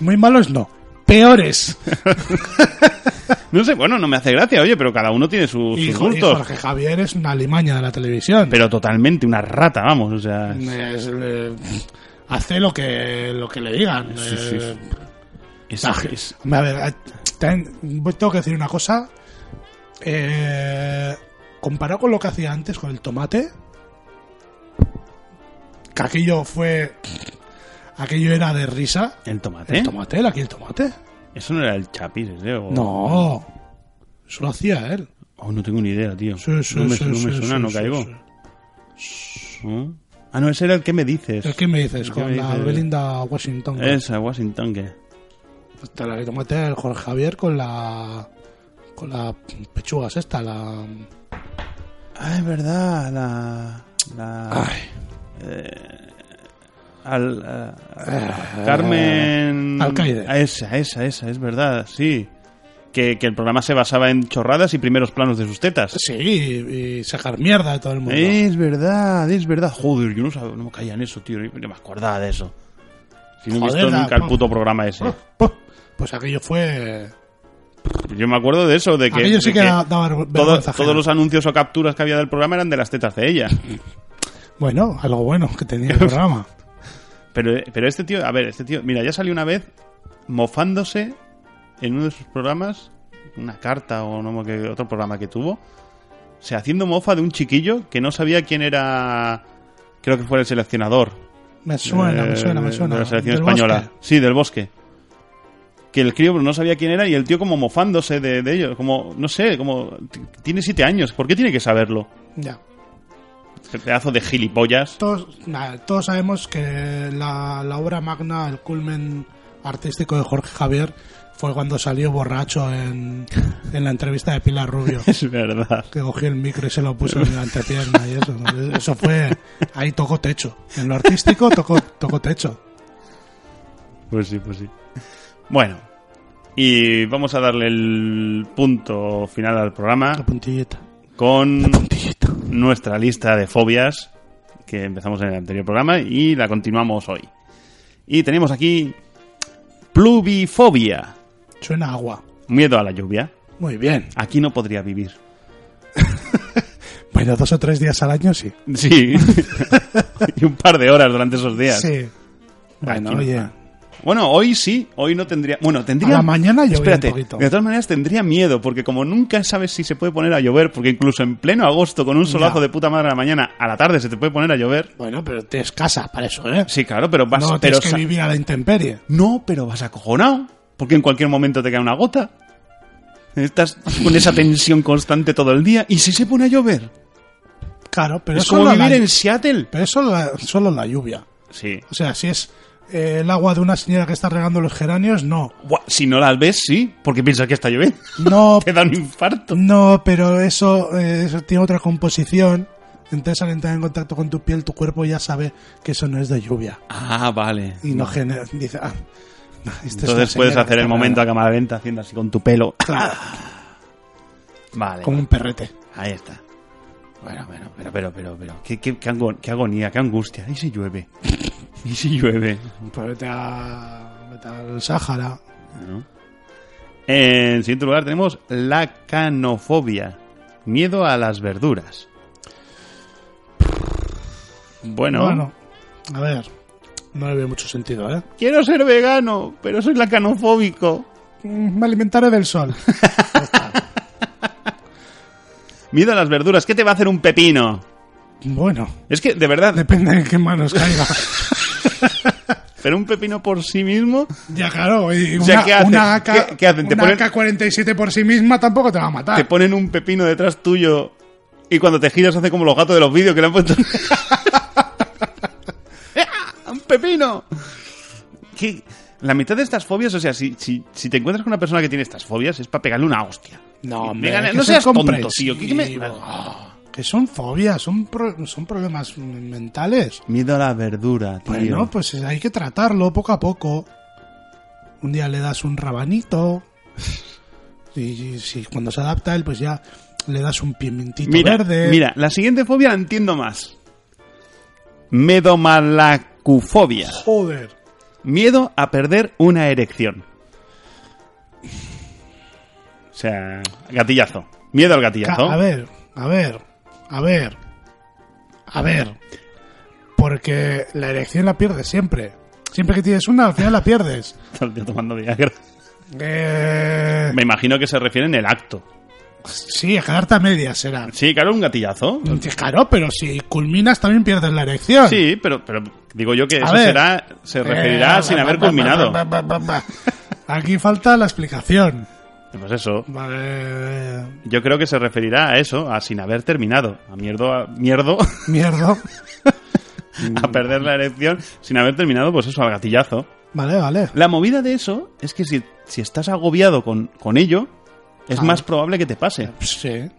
Speaker 4: Muy malos no. Peores.
Speaker 3: No sé, bueno, no me hace gracia, oye, pero cada uno tiene sus,
Speaker 4: Y,
Speaker 3: sus
Speaker 4: jo- y
Speaker 3: gustos.
Speaker 4: Jorge Javier es una limaña de la televisión.
Speaker 3: Pero totalmente una rata, vamos, o sea...
Speaker 4: Es, eh, hace lo que, lo que le digan.
Speaker 3: Sí, sí,
Speaker 4: Eh,
Speaker 3: es-
Speaker 4: Ah,
Speaker 3: es-
Speaker 4: A ver, a- también tengo que decir una cosa. Eh, comparado con lo que hacía antes con el tomate, que aquello fue. Aquello era de risa.
Speaker 3: el tomate.
Speaker 4: El tomate, era aquí el tomate.
Speaker 3: Eso no era el chapis, ¿eh? O-
Speaker 4: No, eso lo hacía él.
Speaker 3: Oh, no tengo ni idea, tío.
Speaker 4: Sí, sí,
Speaker 3: no me,
Speaker 4: sí,
Speaker 3: no me
Speaker 4: sí,
Speaker 3: suena,
Speaker 4: sí,
Speaker 3: no
Speaker 4: sí,
Speaker 3: caigo.
Speaker 4: sí.
Speaker 3: ¿No? Ah, no, ese era el que me dices.
Speaker 4: ¿El que me dices?
Speaker 3: ¿El qué
Speaker 4: Con
Speaker 3: me
Speaker 4: la
Speaker 3: dices? Eh,
Speaker 4: Belinda Washington.
Speaker 3: Esa, Washington, que...
Speaker 4: Hasta Pues la que tomate el Jorge Javier con la. Con las pechugas, esta, la.
Speaker 3: Ah, es verdad, la. la Eh, al, eh, Carmen.
Speaker 4: eh, Alcaide.
Speaker 3: Ah, Esa, esa, esa, es verdad, sí. Que, que el programa se basaba en chorradas y primeros planos de sus tetas.
Speaker 4: Sí, y, y sacar mierda de todo el mundo.
Speaker 3: Es verdad, es verdad. Joder, yo no, sabía, no me caía en eso, tío. Yo no me acordaba de eso. Si no he
Speaker 4: Joder,
Speaker 3: visto
Speaker 4: la-
Speaker 3: nunca el puto programa ese.
Speaker 4: Pues aquello fue.
Speaker 3: Yo me acuerdo de eso, de que.
Speaker 4: Aquello
Speaker 3: de
Speaker 4: sí que
Speaker 3: que
Speaker 4: da- daba vergüenza
Speaker 3: todo-
Speaker 4: ajena.
Speaker 3: todos los anuncios o capturas que había del programa eran de las tetas de ella.
Speaker 4: Bueno, algo bueno que tenía el programa.
Speaker 3: Pero, pero este tío, a ver, este tío, mira, ya salió una vez mofándose en uno de sus programas, una carta o no, que otro programa que tuvo, o sea, haciendo mofa de un chiquillo que no sabía quién era, creo que fuera el seleccionador.
Speaker 4: Me suena,
Speaker 3: eh,
Speaker 4: me suena, me
Speaker 3: de-
Speaker 4: suena.
Speaker 3: De la selección
Speaker 4: Del
Speaker 3: española.
Speaker 4: bosque.
Speaker 3: Sí, del bosque. Que el crío no sabía quién era y el tío como mofándose de, de ellos, como, no sé, como, t- tiene siete años, ¿por qué tiene que saberlo?
Speaker 4: Ya.
Speaker 3: Este pedazo de gilipollas.
Speaker 4: Todos, nada, todos sabemos que la, la obra magna, el culmen artístico de Jorge Javier, fue cuando salió borracho en, en la entrevista de Pilar Rubio.
Speaker 3: Es verdad.
Speaker 4: que cogió el micro y se lo puso en la entrepierna y eso. Eso fue. Ahí tocó techo. En lo artístico tocó, tocó techo.
Speaker 3: Pues sí, pues sí. Bueno, y vamos a darle el punto final al programa
Speaker 4: La puntillita.
Speaker 3: con
Speaker 4: Puntillita.
Speaker 3: nuestra lista de fobias que empezamos en el anterior programa y la continuamos hoy. Y tenemos aquí pluvifobia,
Speaker 4: Suena a agua.
Speaker 3: miedo a la lluvia.
Speaker 4: Muy bien.
Speaker 3: Aquí no podría vivir.
Speaker 4: Bueno, dos o tres días al año sí.
Speaker 3: Sí. y un par de horas durante esos días.
Speaker 4: Sí. Bueno,
Speaker 3: Aquí no.
Speaker 4: oye.
Speaker 3: Bueno, hoy sí, hoy no tendría. Bueno, tendría.
Speaker 4: A la mañana llovía
Speaker 3: Espérate,
Speaker 4: un poquito.
Speaker 3: de todas maneras tendría miedo, porque como nunca sabes si se puede poner a llover, porque incluso en pleno agosto, con un solazo
Speaker 4: Ya.
Speaker 3: de puta madre a la mañana, a la tarde se te puede poner a llover.
Speaker 4: Bueno, pero te casa para eso, ¿eh?
Speaker 3: Sí, claro, pero vas.
Speaker 4: no
Speaker 3: pero
Speaker 4: tienes que
Speaker 3: sa-
Speaker 4: vivir a la intemperie.
Speaker 3: No, pero vas acojonado, porque en cualquier momento te cae una gota. Estás con esa tensión constante todo el día. ¿Y si se pone a llover?
Speaker 4: Claro, pero
Speaker 3: es como
Speaker 4: solo
Speaker 3: vivir
Speaker 4: la,
Speaker 3: en Seattle.
Speaker 4: Pero es solo la, solo la lluvia.
Speaker 3: Sí.
Speaker 4: O sea, si es eh, el agua de una señora que está regando los geranios, no.
Speaker 3: Buah, si no las ves, sí, porque piensas que está lloviendo.
Speaker 4: No,
Speaker 3: te da un infarto.
Speaker 4: No, pero eso, eh, eso tiene otra composición. Entonces al entrar en contacto con tu piel, tu cuerpo ya sabe que eso no es de lluvia.
Speaker 3: Ah, vale.
Speaker 4: Y no genera... Dice, ah, no, esta Este es una
Speaker 3: Entonces
Speaker 4: señal
Speaker 3: puedes
Speaker 4: que
Speaker 3: hacer el
Speaker 4: está
Speaker 3: momento a
Speaker 4: rara.
Speaker 3: cámara lenta haciendo así con tu pelo.
Speaker 4: Claro,
Speaker 3: Vale.
Speaker 4: como un perrete.
Speaker 3: Ahí está. Bueno, bueno, pero, pero, pero, pero. Qué, qué, qué ango- qué agonía, qué angustia. Y si llueve. Y si llueve.
Speaker 4: Un perrete a... vete al Sáhara.
Speaker 3: En siguiente lugar tenemos la canofobia. Miedo a las verduras. Bueno,
Speaker 4: Bueno, a ver, no le veo mucho sentido, ¿eh?
Speaker 3: quiero ser vegano, pero soy lacanofóbico.
Speaker 4: Mm, Me alimentaré del sol.
Speaker 3: Miedo a las verduras, ¿qué te va a hacer un pepino?
Speaker 4: bueno,
Speaker 3: Es que, de verdad,
Speaker 4: depende de qué manos caiga.
Speaker 3: pero un pepino por sí mismo
Speaker 4: ya claro, y
Speaker 3: O
Speaker 4: una,
Speaker 3: sea, ¿qué hacen?
Speaker 4: una AK,
Speaker 3: ¿Qué- qué hacen? ¿Te
Speaker 4: una
Speaker 3: ponen-
Speaker 4: AK-47 por sí misma tampoco te va a matar.
Speaker 3: te ponen un pepino detrás tuyo y cuando te giras hace como los gatos de los vídeos que le han puesto. ¡Ah! ¡Un pepino! ¿Qué? La mitad de estas fobias, o sea, si, si, si te encuentras con una persona que tiene estas fobias, es para pegarle una hostia.
Speaker 4: No,
Speaker 3: Y
Speaker 4: hombre,
Speaker 3: venga,
Speaker 4: que
Speaker 3: no
Speaker 4: soy
Speaker 3: seas tonto,
Speaker 4: comprensivo.
Speaker 3: tío. ¿qué- qué me-
Speaker 4: Que son fobias, son, pro- son problemas mentales.
Speaker 3: Miedo a la verdura, tío.
Speaker 4: Bueno, pues hay que tratarlo poco a poco. Un día le das un rabanito. Y, y si cuando se adapta él, pues ya le das un pimentito
Speaker 3: mira,
Speaker 4: verde.
Speaker 3: mira, la siguiente fobia la entiendo más. Medomalacufobia.
Speaker 4: Joder.
Speaker 3: Miedo a perder una erección. O sea, gatillazo. Miedo al
Speaker 4: Ca-
Speaker 3: gatillazo.
Speaker 4: A ver, a ver, a ver. A ver. Porque la erección la pierdes siempre. Siempre que tienes una, al final la pierdes.
Speaker 3: Todo el día tomando Viagra.
Speaker 4: Eh,
Speaker 3: Me imagino que se refiere en el acto.
Speaker 4: sí, a quedarte a medias será.
Speaker 3: Sí, claro, un gatillazo.
Speaker 4: Pues, Claro, pero si culminas también pierdes la erección.
Speaker 3: Sí, pero, pero digo yo que
Speaker 4: Ah. A
Speaker 3: eso
Speaker 4: ver.
Speaker 3: será, se referirá
Speaker 4: Eh,
Speaker 3: sin
Speaker 4: ba,
Speaker 3: haber
Speaker 4: ba, ba,
Speaker 3: culminado.
Speaker 4: ba, ba, ba, ba. Aquí falta la explicación.
Speaker 3: Pues eso.
Speaker 4: Vale.
Speaker 3: Yo creo que se referirá a eso, a sin haber terminado. A mierdo, a, mierdo,
Speaker 4: Mierda.
Speaker 3: a
Speaker 4: Mm.
Speaker 3: perder la erección sin haber terminado, pues eso, al gatillazo.
Speaker 4: Vale, vale.
Speaker 3: La movida de eso es que si, si estás agobiado con, con ello, es
Speaker 4: Ah.
Speaker 3: más probable que te pase.
Speaker 4: Sí.
Speaker 3: Eh,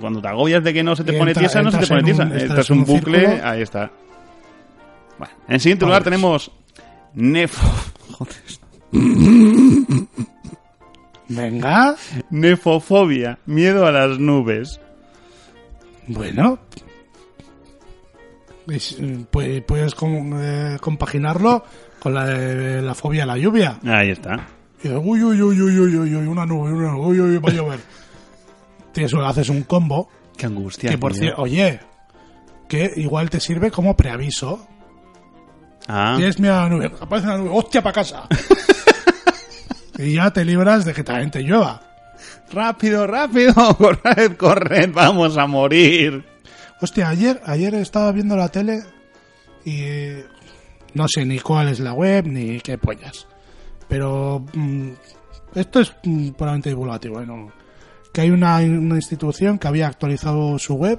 Speaker 3: Cuando te agobias de que no se te
Speaker 4: Y
Speaker 3: pone
Speaker 4: entra-
Speaker 3: tiesa, no se te
Speaker 4: entras
Speaker 3: pone
Speaker 4: en un-
Speaker 3: tiesa.
Speaker 4: estás
Speaker 3: Estás
Speaker 4: en
Speaker 3: un
Speaker 4: un
Speaker 3: bucle,
Speaker 4: círculo.
Speaker 3: ahí está. Bueno, en el siguiente lugar tenemos nefo, joder,
Speaker 4: Venga.
Speaker 3: nefofobia, miedo a las nubes.
Speaker 4: Bueno. Es, eh, pues- Puedes com- eh, compaginarlo con la, de la fobia a la lluvia.
Speaker 3: Ahí está.
Speaker 4: Y de, uy, uy, uy, uy, uy, uy, uy, una nube, una nube, uy, uy, va a llover. Tienes, haces un combo.
Speaker 3: Qué angustia.
Speaker 4: Que por
Speaker 3: tío.
Speaker 4: cierto, oye, que igual te sirve como preaviso.
Speaker 3: Ah,
Speaker 4: Tienes miedo a la nube, aparece una nube, hostia para casa. y ya te libras de que también te llueva.
Speaker 3: Rápido, rápido, corred, corred, vamos a morir.
Speaker 4: Hostia, ayer, ayer estaba viendo la tele y eh, no sé ni cuál es la web ni qué pollas. Pero mm, esto es mm, puramente divulgativo. ¿eh? No- Que hay una, una institución que había actualizado su web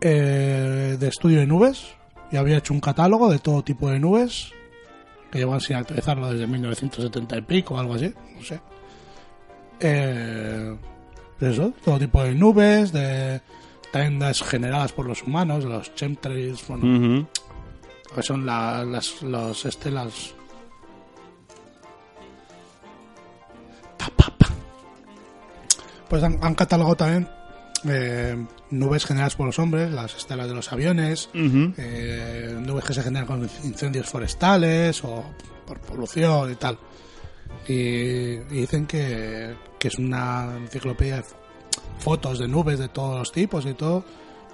Speaker 4: eh, de estudio de nubes y había hecho un catálogo de todo tipo de nubes que llevan sin actualizarlo desde 1970 y pico o algo así, no sé. Eh, eso, todo tipo de nubes, de tendas generadas por los humanos, los chemtrails, bueno,
Speaker 3: Ujú.
Speaker 4: que Pues son la- las los este, estelas. Ta, pa, pa. Pues han, han catalogado también eh, nubes generadas por los hombres, las estelas de los aviones,
Speaker 3: Ujú.
Speaker 4: eh, nubes que se generan con incendios forestales o por polución y tal. Y, y dicen que, que es una enciclopedia de fo- fotos de nubes de todos los tipos y todo,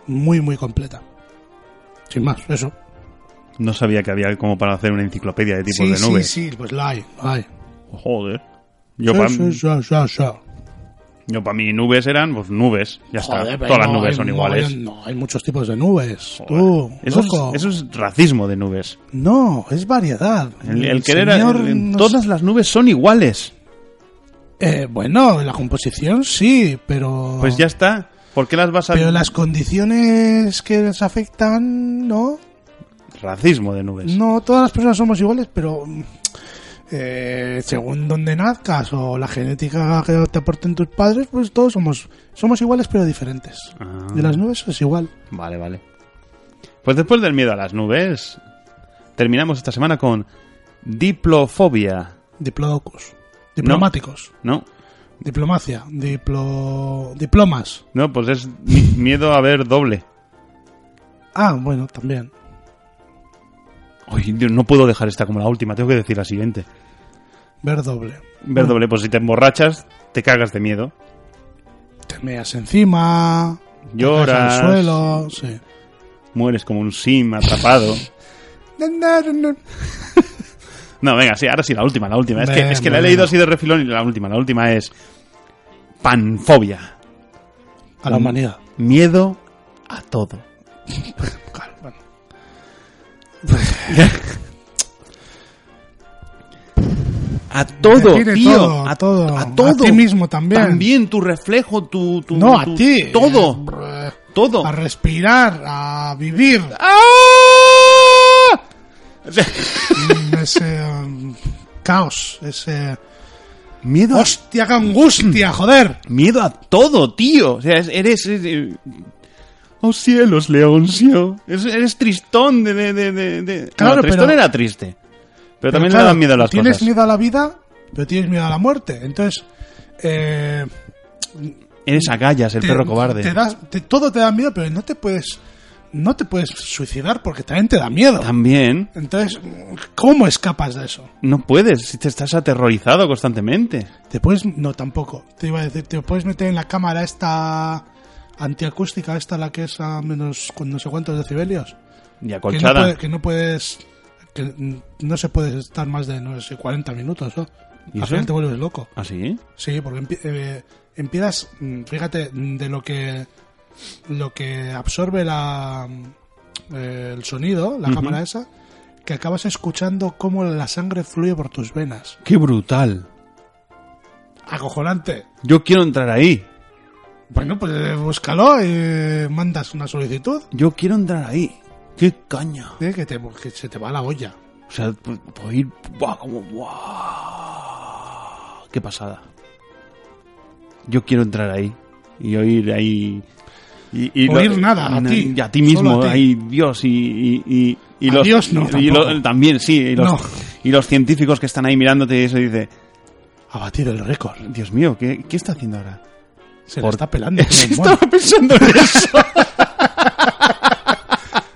Speaker 4: muy, muy completa. Sin más, eso.
Speaker 3: No sabía que había como para hacer una enciclopedia de tipos
Speaker 4: sí,
Speaker 3: de nubes.
Speaker 4: Sí, sí, pues la hay, la hay.
Speaker 3: Joder. Yo
Speaker 4: Sí,
Speaker 3: para
Speaker 4: sí, sí, sí, sí.
Speaker 3: mí nubes eran pues nubes. Ya
Speaker 4: Joder,
Speaker 3: está.
Speaker 4: pero
Speaker 3: Todas las
Speaker 4: no,
Speaker 3: nubes
Speaker 4: hay-
Speaker 3: son
Speaker 4: no,
Speaker 3: iguales.
Speaker 4: hay- No, hay muchos tipos de nubes.
Speaker 3: Joder.
Speaker 4: Tú,
Speaker 3: eso,
Speaker 4: loco.
Speaker 3: es, eso es racismo de nubes.
Speaker 4: No, es variedad.
Speaker 3: El, el querer a-
Speaker 4: señor
Speaker 3: el-
Speaker 4: nos-
Speaker 3: todas las nubes son iguales.
Speaker 4: Eh, bueno, la composición sí, pero...
Speaker 3: Pues ya está. ¿Por qué las vas a
Speaker 4: Pero las condiciones que les afectan, no.
Speaker 3: racismo de nubes?
Speaker 4: No, todas las personas somos iguales, pero mm, eh, según donde nazcas o la genética que te aporten tus padres, pues todos somos somos iguales pero diferentes.
Speaker 3: Ah.
Speaker 4: De las nubes es igual.
Speaker 3: Vale, vale. Pues después del miedo a las nubes, terminamos esta semana con diplofobia.
Speaker 4: Diplodocus. Diplomáticos.
Speaker 3: ¿No?
Speaker 4: Diplomacia. Diplo... Diplomas.
Speaker 3: No, pues es mi- miedo a ver doble.
Speaker 4: Ah, bueno, también.
Speaker 3: Ay, Dios, no puedo dejar esta como la última, tengo que decir la siguiente.
Speaker 4: Ver doble.
Speaker 3: Ver doble, pues si te emborrachas, te cagas de miedo.
Speaker 4: Te meas encima. te
Speaker 3: Lloras.
Speaker 4: caes al suelo. Sí.
Speaker 3: Mueres como un sim atrapado. No, venga, sí, ahora sí, la última, la última. Es que,
Speaker 4: Ven,
Speaker 3: es que la he
Speaker 4: ven.
Speaker 3: leído así de refilón y la última, la última es panfobia.
Speaker 4: A la humanidad.
Speaker 3: Miedo a todo.
Speaker 4: Claro, bueno.
Speaker 3: A todo,
Speaker 4: Define
Speaker 3: tío.
Speaker 4: todo,
Speaker 3: a
Speaker 4: todo.
Speaker 3: A todo.
Speaker 4: A ti mismo también.
Speaker 3: También tu reflejo, tu. tu-
Speaker 4: No, a
Speaker 3: tu-
Speaker 4: ti.
Speaker 3: Todo.
Speaker 4: Brr.
Speaker 3: Todo.
Speaker 4: A respirar, a vivir.
Speaker 3: ¡Ah! O sea,
Speaker 4: Mm, ese, um, caos, ese...
Speaker 3: Miedo a,
Speaker 4: ¡Hostia, qué angustia, joder!
Speaker 3: miedo a todo, tío. O sea, es- eres... es- eh, Oh cielos, Leoncio. Es- eres tristón de... de, de, de- de-
Speaker 4: Claro,
Speaker 3: no, tristón
Speaker 4: pero-
Speaker 3: era triste. Pero también
Speaker 4: Pero
Speaker 3: le
Speaker 4: claro,
Speaker 3: dan miedo a las
Speaker 4: tienes
Speaker 3: cosas.
Speaker 4: miedo a la vida, pero tienes miedo a la muerte. Entonces, eh,
Speaker 3: Eres agallas, el
Speaker 4: te-
Speaker 3: perro cobarde.
Speaker 4: te das- te- todo te da miedo, pero no te puedes, no te puedes suicidar porque también te da miedo.
Speaker 3: También.
Speaker 4: Entonces, ¿cómo escapas de eso?
Speaker 3: No puedes, si te estás aterrorizado constantemente.
Speaker 4: Te puedes, no tampoco. Te iba a decir, te puedes meter en la cámara esta antiacústica, esta la que es a menos con no sé cuántos decibelios.
Speaker 3: Y
Speaker 4: Que no,
Speaker 3: acolchada.
Speaker 4: puede- que no puedes, que no se puede estar más de no sé 40 minutos. ¿no?
Speaker 3: ¿Y
Speaker 4: Al
Speaker 3: eso?
Speaker 4: final te vuelves loco.
Speaker 3: ¿Ah, sí?
Speaker 4: Sí, porque empie- eh, empiezas, mm, fíjate, mm, de lo que lo que absorbe la mm, eh, el sonido, la cámara esa, que acabas escuchando cómo la sangre fluye por tus venas.
Speaker 3: ¡Qué brutal!
Speaker 4: Acojonante.
Speaker 3: Yo quiero entrar ahí.
Speaker 4: Bueno, pues eh, búscalo y mandas una solicitud
Speaker 3: Yo quiero entrar ahí. ¡Qué caña!
Speaker 4: eh, que, te, que se te va la olla.
Speaker 3: O sea, pu- puedo ir. ¡Buah! Como, ¡Buah! ¡Qué pasada! Yo quiero entrar ahí. Y oír ahí. Y, y
Speaker 4: Oír nada, a
Speaker 3: na-
Speaker 4: ti.
Speaker 3: y a ti mismo,
Speaker 4: Solo a ti.
Speaker 3: ahí, Dios, y. y, y- y
Speaker 4: A
Speaker 3: los,
Speaker 4: Dios no,
Speaker 3: y lo-
Speaker 4: tampoco.
Speaker 3: también, sí. Y los,
Speaker 4: No.
Speaker 3: y los científicos que están ahí mirándote y eso y dice:
Speaker 4: Ha batido el récord.
Speaker 3: Dios mío, ¿qué, qué está haciendo ahora?
Speaker 4: Se
Speaker 3: Por-
Speaker 4: le está pelando.
Speaker 3: Sí,
Speaker 4: como mono.
Speaker 3: Estaba pensando en eso.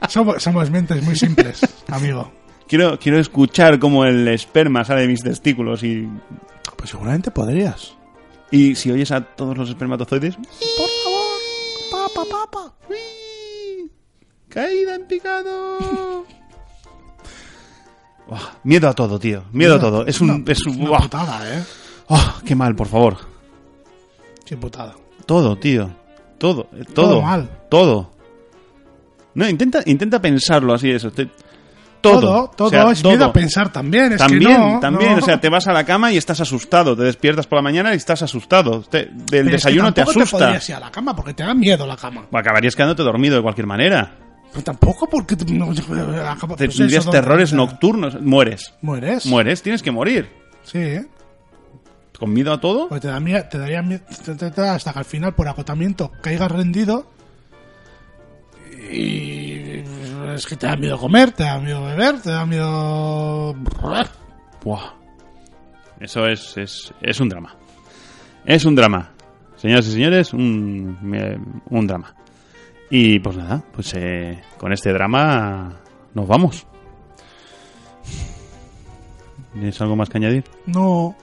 Speaker 4: somos, somos mentes muy simples, amigo.
Speaker 3: Quiero, quiero escuchar cómo el esperma sale de mis testículos y,
Speaker 4: Pues seguramente podrías.
Speaker 3: y si oyes a todos los espermatozoides.
Speaker 4: Por favor, papa, papa.
Speaker 3: ¡Uy! ¡Caída en picado! Buah, miedo a todo, tío. Miedo a todo. Es un. es un-
Speaker 4: Una
Speaker 3: buah.
Speaker 4: putada, ¿eh?
Speaker 3: Oh, ¡Qué mal, por favor!
Speaker 4: Qué putada.
Speaker 3: Todo, tío. Todo. eh, Todo.
Speaker 4: Todo mal.
Speaker 3: Todo. No, intenta, intenta pensarlo así, eso. te- todo.
Speaker 4: Todo, todo
Speaker 3: O sea,
Speaker 4: es miedo a pensar también. Es
Speaker 3: también,
Speaker 4: que no,
Speaker 3: también.
Speaker 4: no.
Speaker 3: O sea, te vas a la cama y estás asustado. Te despiertas por la mañana y estás asustado. Te- del
Speaker 4: Pero es que
Speaker 3: desayuno te
Speaker 4: tampoco Te
Speaker 3: asusta.
Speaker 4: podrías ir a la cama porque te da miedo la cama.
Speaker 3: O acabarías quedándote dormido de cualquier manera.
Speaker 4: Pero tampoco porque te- no, la cama-
Speaker 3: Te-
Speaker 4: pues eso,
Speaker 3: tendrías
Speaker 4: ¿dónde
Speaker 3: terrores
Speaker 4: te-
Speaker 3: nocturnos. Mueres.
Speaker 4: Mueres.
Speaker 3: Mueres, tienes que morir.
Speaker 4: Sí, ¿eh?
Speaker 3: Con miedo a todo.
Speaker 4: Porque te, da mie- te daría mie- te- te- te- hasta que al final, por agotamiento, caigas rendido. Y. Es que te da miedo comer, te da miedo beber, te da miedo.
Speaker 3: Buah. Eso es, es, es un drama. Es un drama. Señoras y señores, un, eh, un drama. Y pues nada, pues eh, con este drama nos vamos. ¿Tienes algo más que añadir?
Speaker 4: No.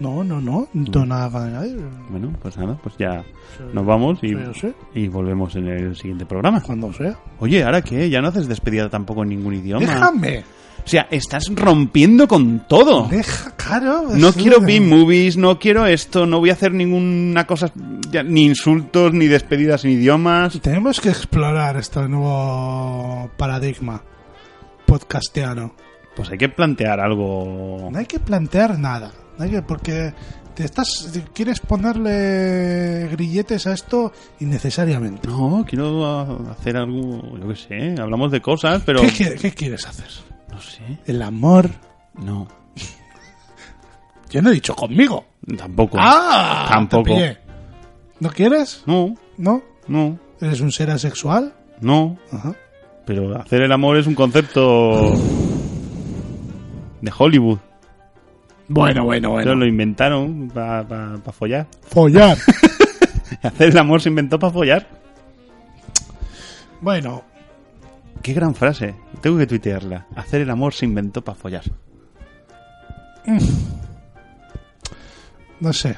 Speaker 4: No, no, no. ¿eh? No tengo nada que añadir.
Speaker 3: Bueno, pues nada, pues ya nos vamos y,
Speaker 4: sí, sí.
Speaker 3: y volvemos en el siguiente programa.
Speaker 4: Cuando sea.
Speaker 3: Oye, ¿ahora qué? Ya no haces despedida tampoco en ningún idioma.
Speaker 4: Déjame.
Speaker 3: O sea, estás rompiendo con todo.
Speaker 4: Deja, claro.
Speaker 3: No
Speaker 4: sí,
Speaker 3: quiero
Speaker 4: de-
Speaker 3: B-movies, no quiero esto, no voy a hacer ninguna cosa, ya, ni insultos, ni despedidas en idiomas.
Speaker 4: Tenemos que explorar este nuevo paradigma podcastiano.
Speaker 3: Pues hay que plantear algo.
Speaker 4: No hay que plantear nada. No hay que, porque te estás te quieres ponerle grilletes a esto innecesariamente.
Speaker 3: No, quiero ah, hacer algo, yo qué sé, hablamos de cosas, pero...
Speaker 4: ¿Qué, qui- qué quieres hacer?
Speaker 3: No sé,
Speaker 4: El amor.
Speaker 3: no,
Speaker 4: Yo no he dicho conmigo.
Speaker 3: tampoco.
Speaker 4: ¡Ah! te
Speaker 3: Tampoco.
Speaker 4: pillé. ¿No quieres?
Speaker 3: No,
Speaker 4: ¿No?
Speaker 3: no,
Speaker 4: ¿Eres un ser asexual?
Speaker 3: no,
Speaker 4: Ajá.
Speaker 3: pero hacer el amor es un concepto de Hollywood.
Speaker 4: Bueno, bueno,
Speaker 3: Ellos Lo inventaron para follar.
Speaker 4: Follar.
Speaker 3: Hacer el amor se inventó para follar.
Speaker 4: bueno,
Speaker 3: Qué gran frase. Tengo que tuitearla. Hacer el amor se inventó para follar.
Speaker 4: no sé.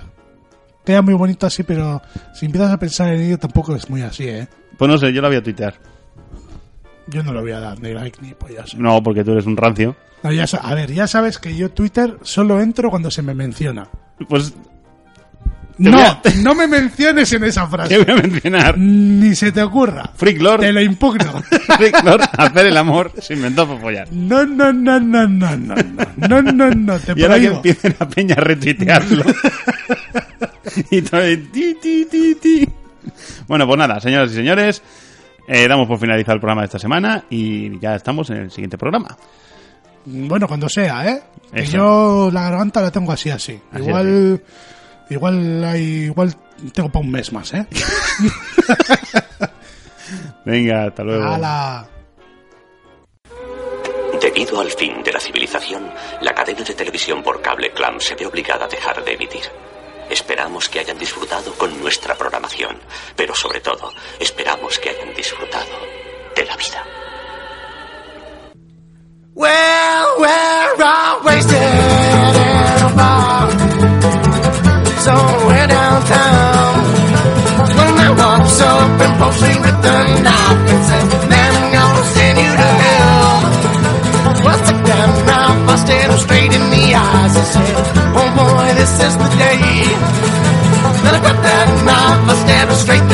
Speaker 4: Queda muy bonito así, pero si empiezas a pensar en ello tampoco es muy así, ¿eh?
Speaker 3: Pues no sé, yo la voy a tuitear.
Speaker 4: Yo no lo voy a dar ni like ni pollas.
Speaker 3: No, porque tú eres un rancio.
Speaker 4: No, ya sa- a ver, ya sabes que yo Twitter solo entro cuando se me menciona.
Speaker 3: Pues
Speaker 4: No,
Speaker 3: voy a-
Speaker 4: no me menciones en esa
Speaker 3: te
Speaker 4: frase.
Speaker 3: voy a mencionar.
Speaker 4: Ni se te ocurra.
Speaker 3: Freak Lord.
Speaker 4: Te lo impugno.
Speaker 3: Freak Lord, hacer el amor se inventó para follar.
Speaker 4: No, no, no, no, no, no, no, no, no, no, te
Speaker 3: Y ahora que
Speaker 4: prohíbo.
Speaker 3: empiecen a peña a retuitearlo. y todo el ti, ti, ti, ti. Bueno, pues nada, señoras y señores. eh, damos por finalizado el programa de esta semana y ya estamos en el siguiente programa.
Speaker 4: Bueno, cuando sea, ¿eh? Que
Speaker 3: Eso.
Speaker 4: yo la garganta la tengo así, así.
Speaker 3: Así,
Speaker 4: igual, igual, hay, igual tengo para un mes más, ¿eh?
Speaker 3: Venga, hasta luego.
Speaker 4: ¡Hala!
Speaker 1: Debido al fin de la civilización, la cadena de televisión por cable Clam se ve obligada a dejar de emitir. Esperamos que hayan disfrutado con nuestra programación, pero sobre todo, esperamos que hayan disfrutado de la vida.
Speaker 7: Well, we're all wasted in a bar somewhere downtown. When I walks up and pokes me with the knife and says, "Man, I'm gonna send you to hell." Well, took that knife, I stared him straight in the eyes and said, "Oh boy, this is the day." Then I grabbed that knife, I stabbed him straight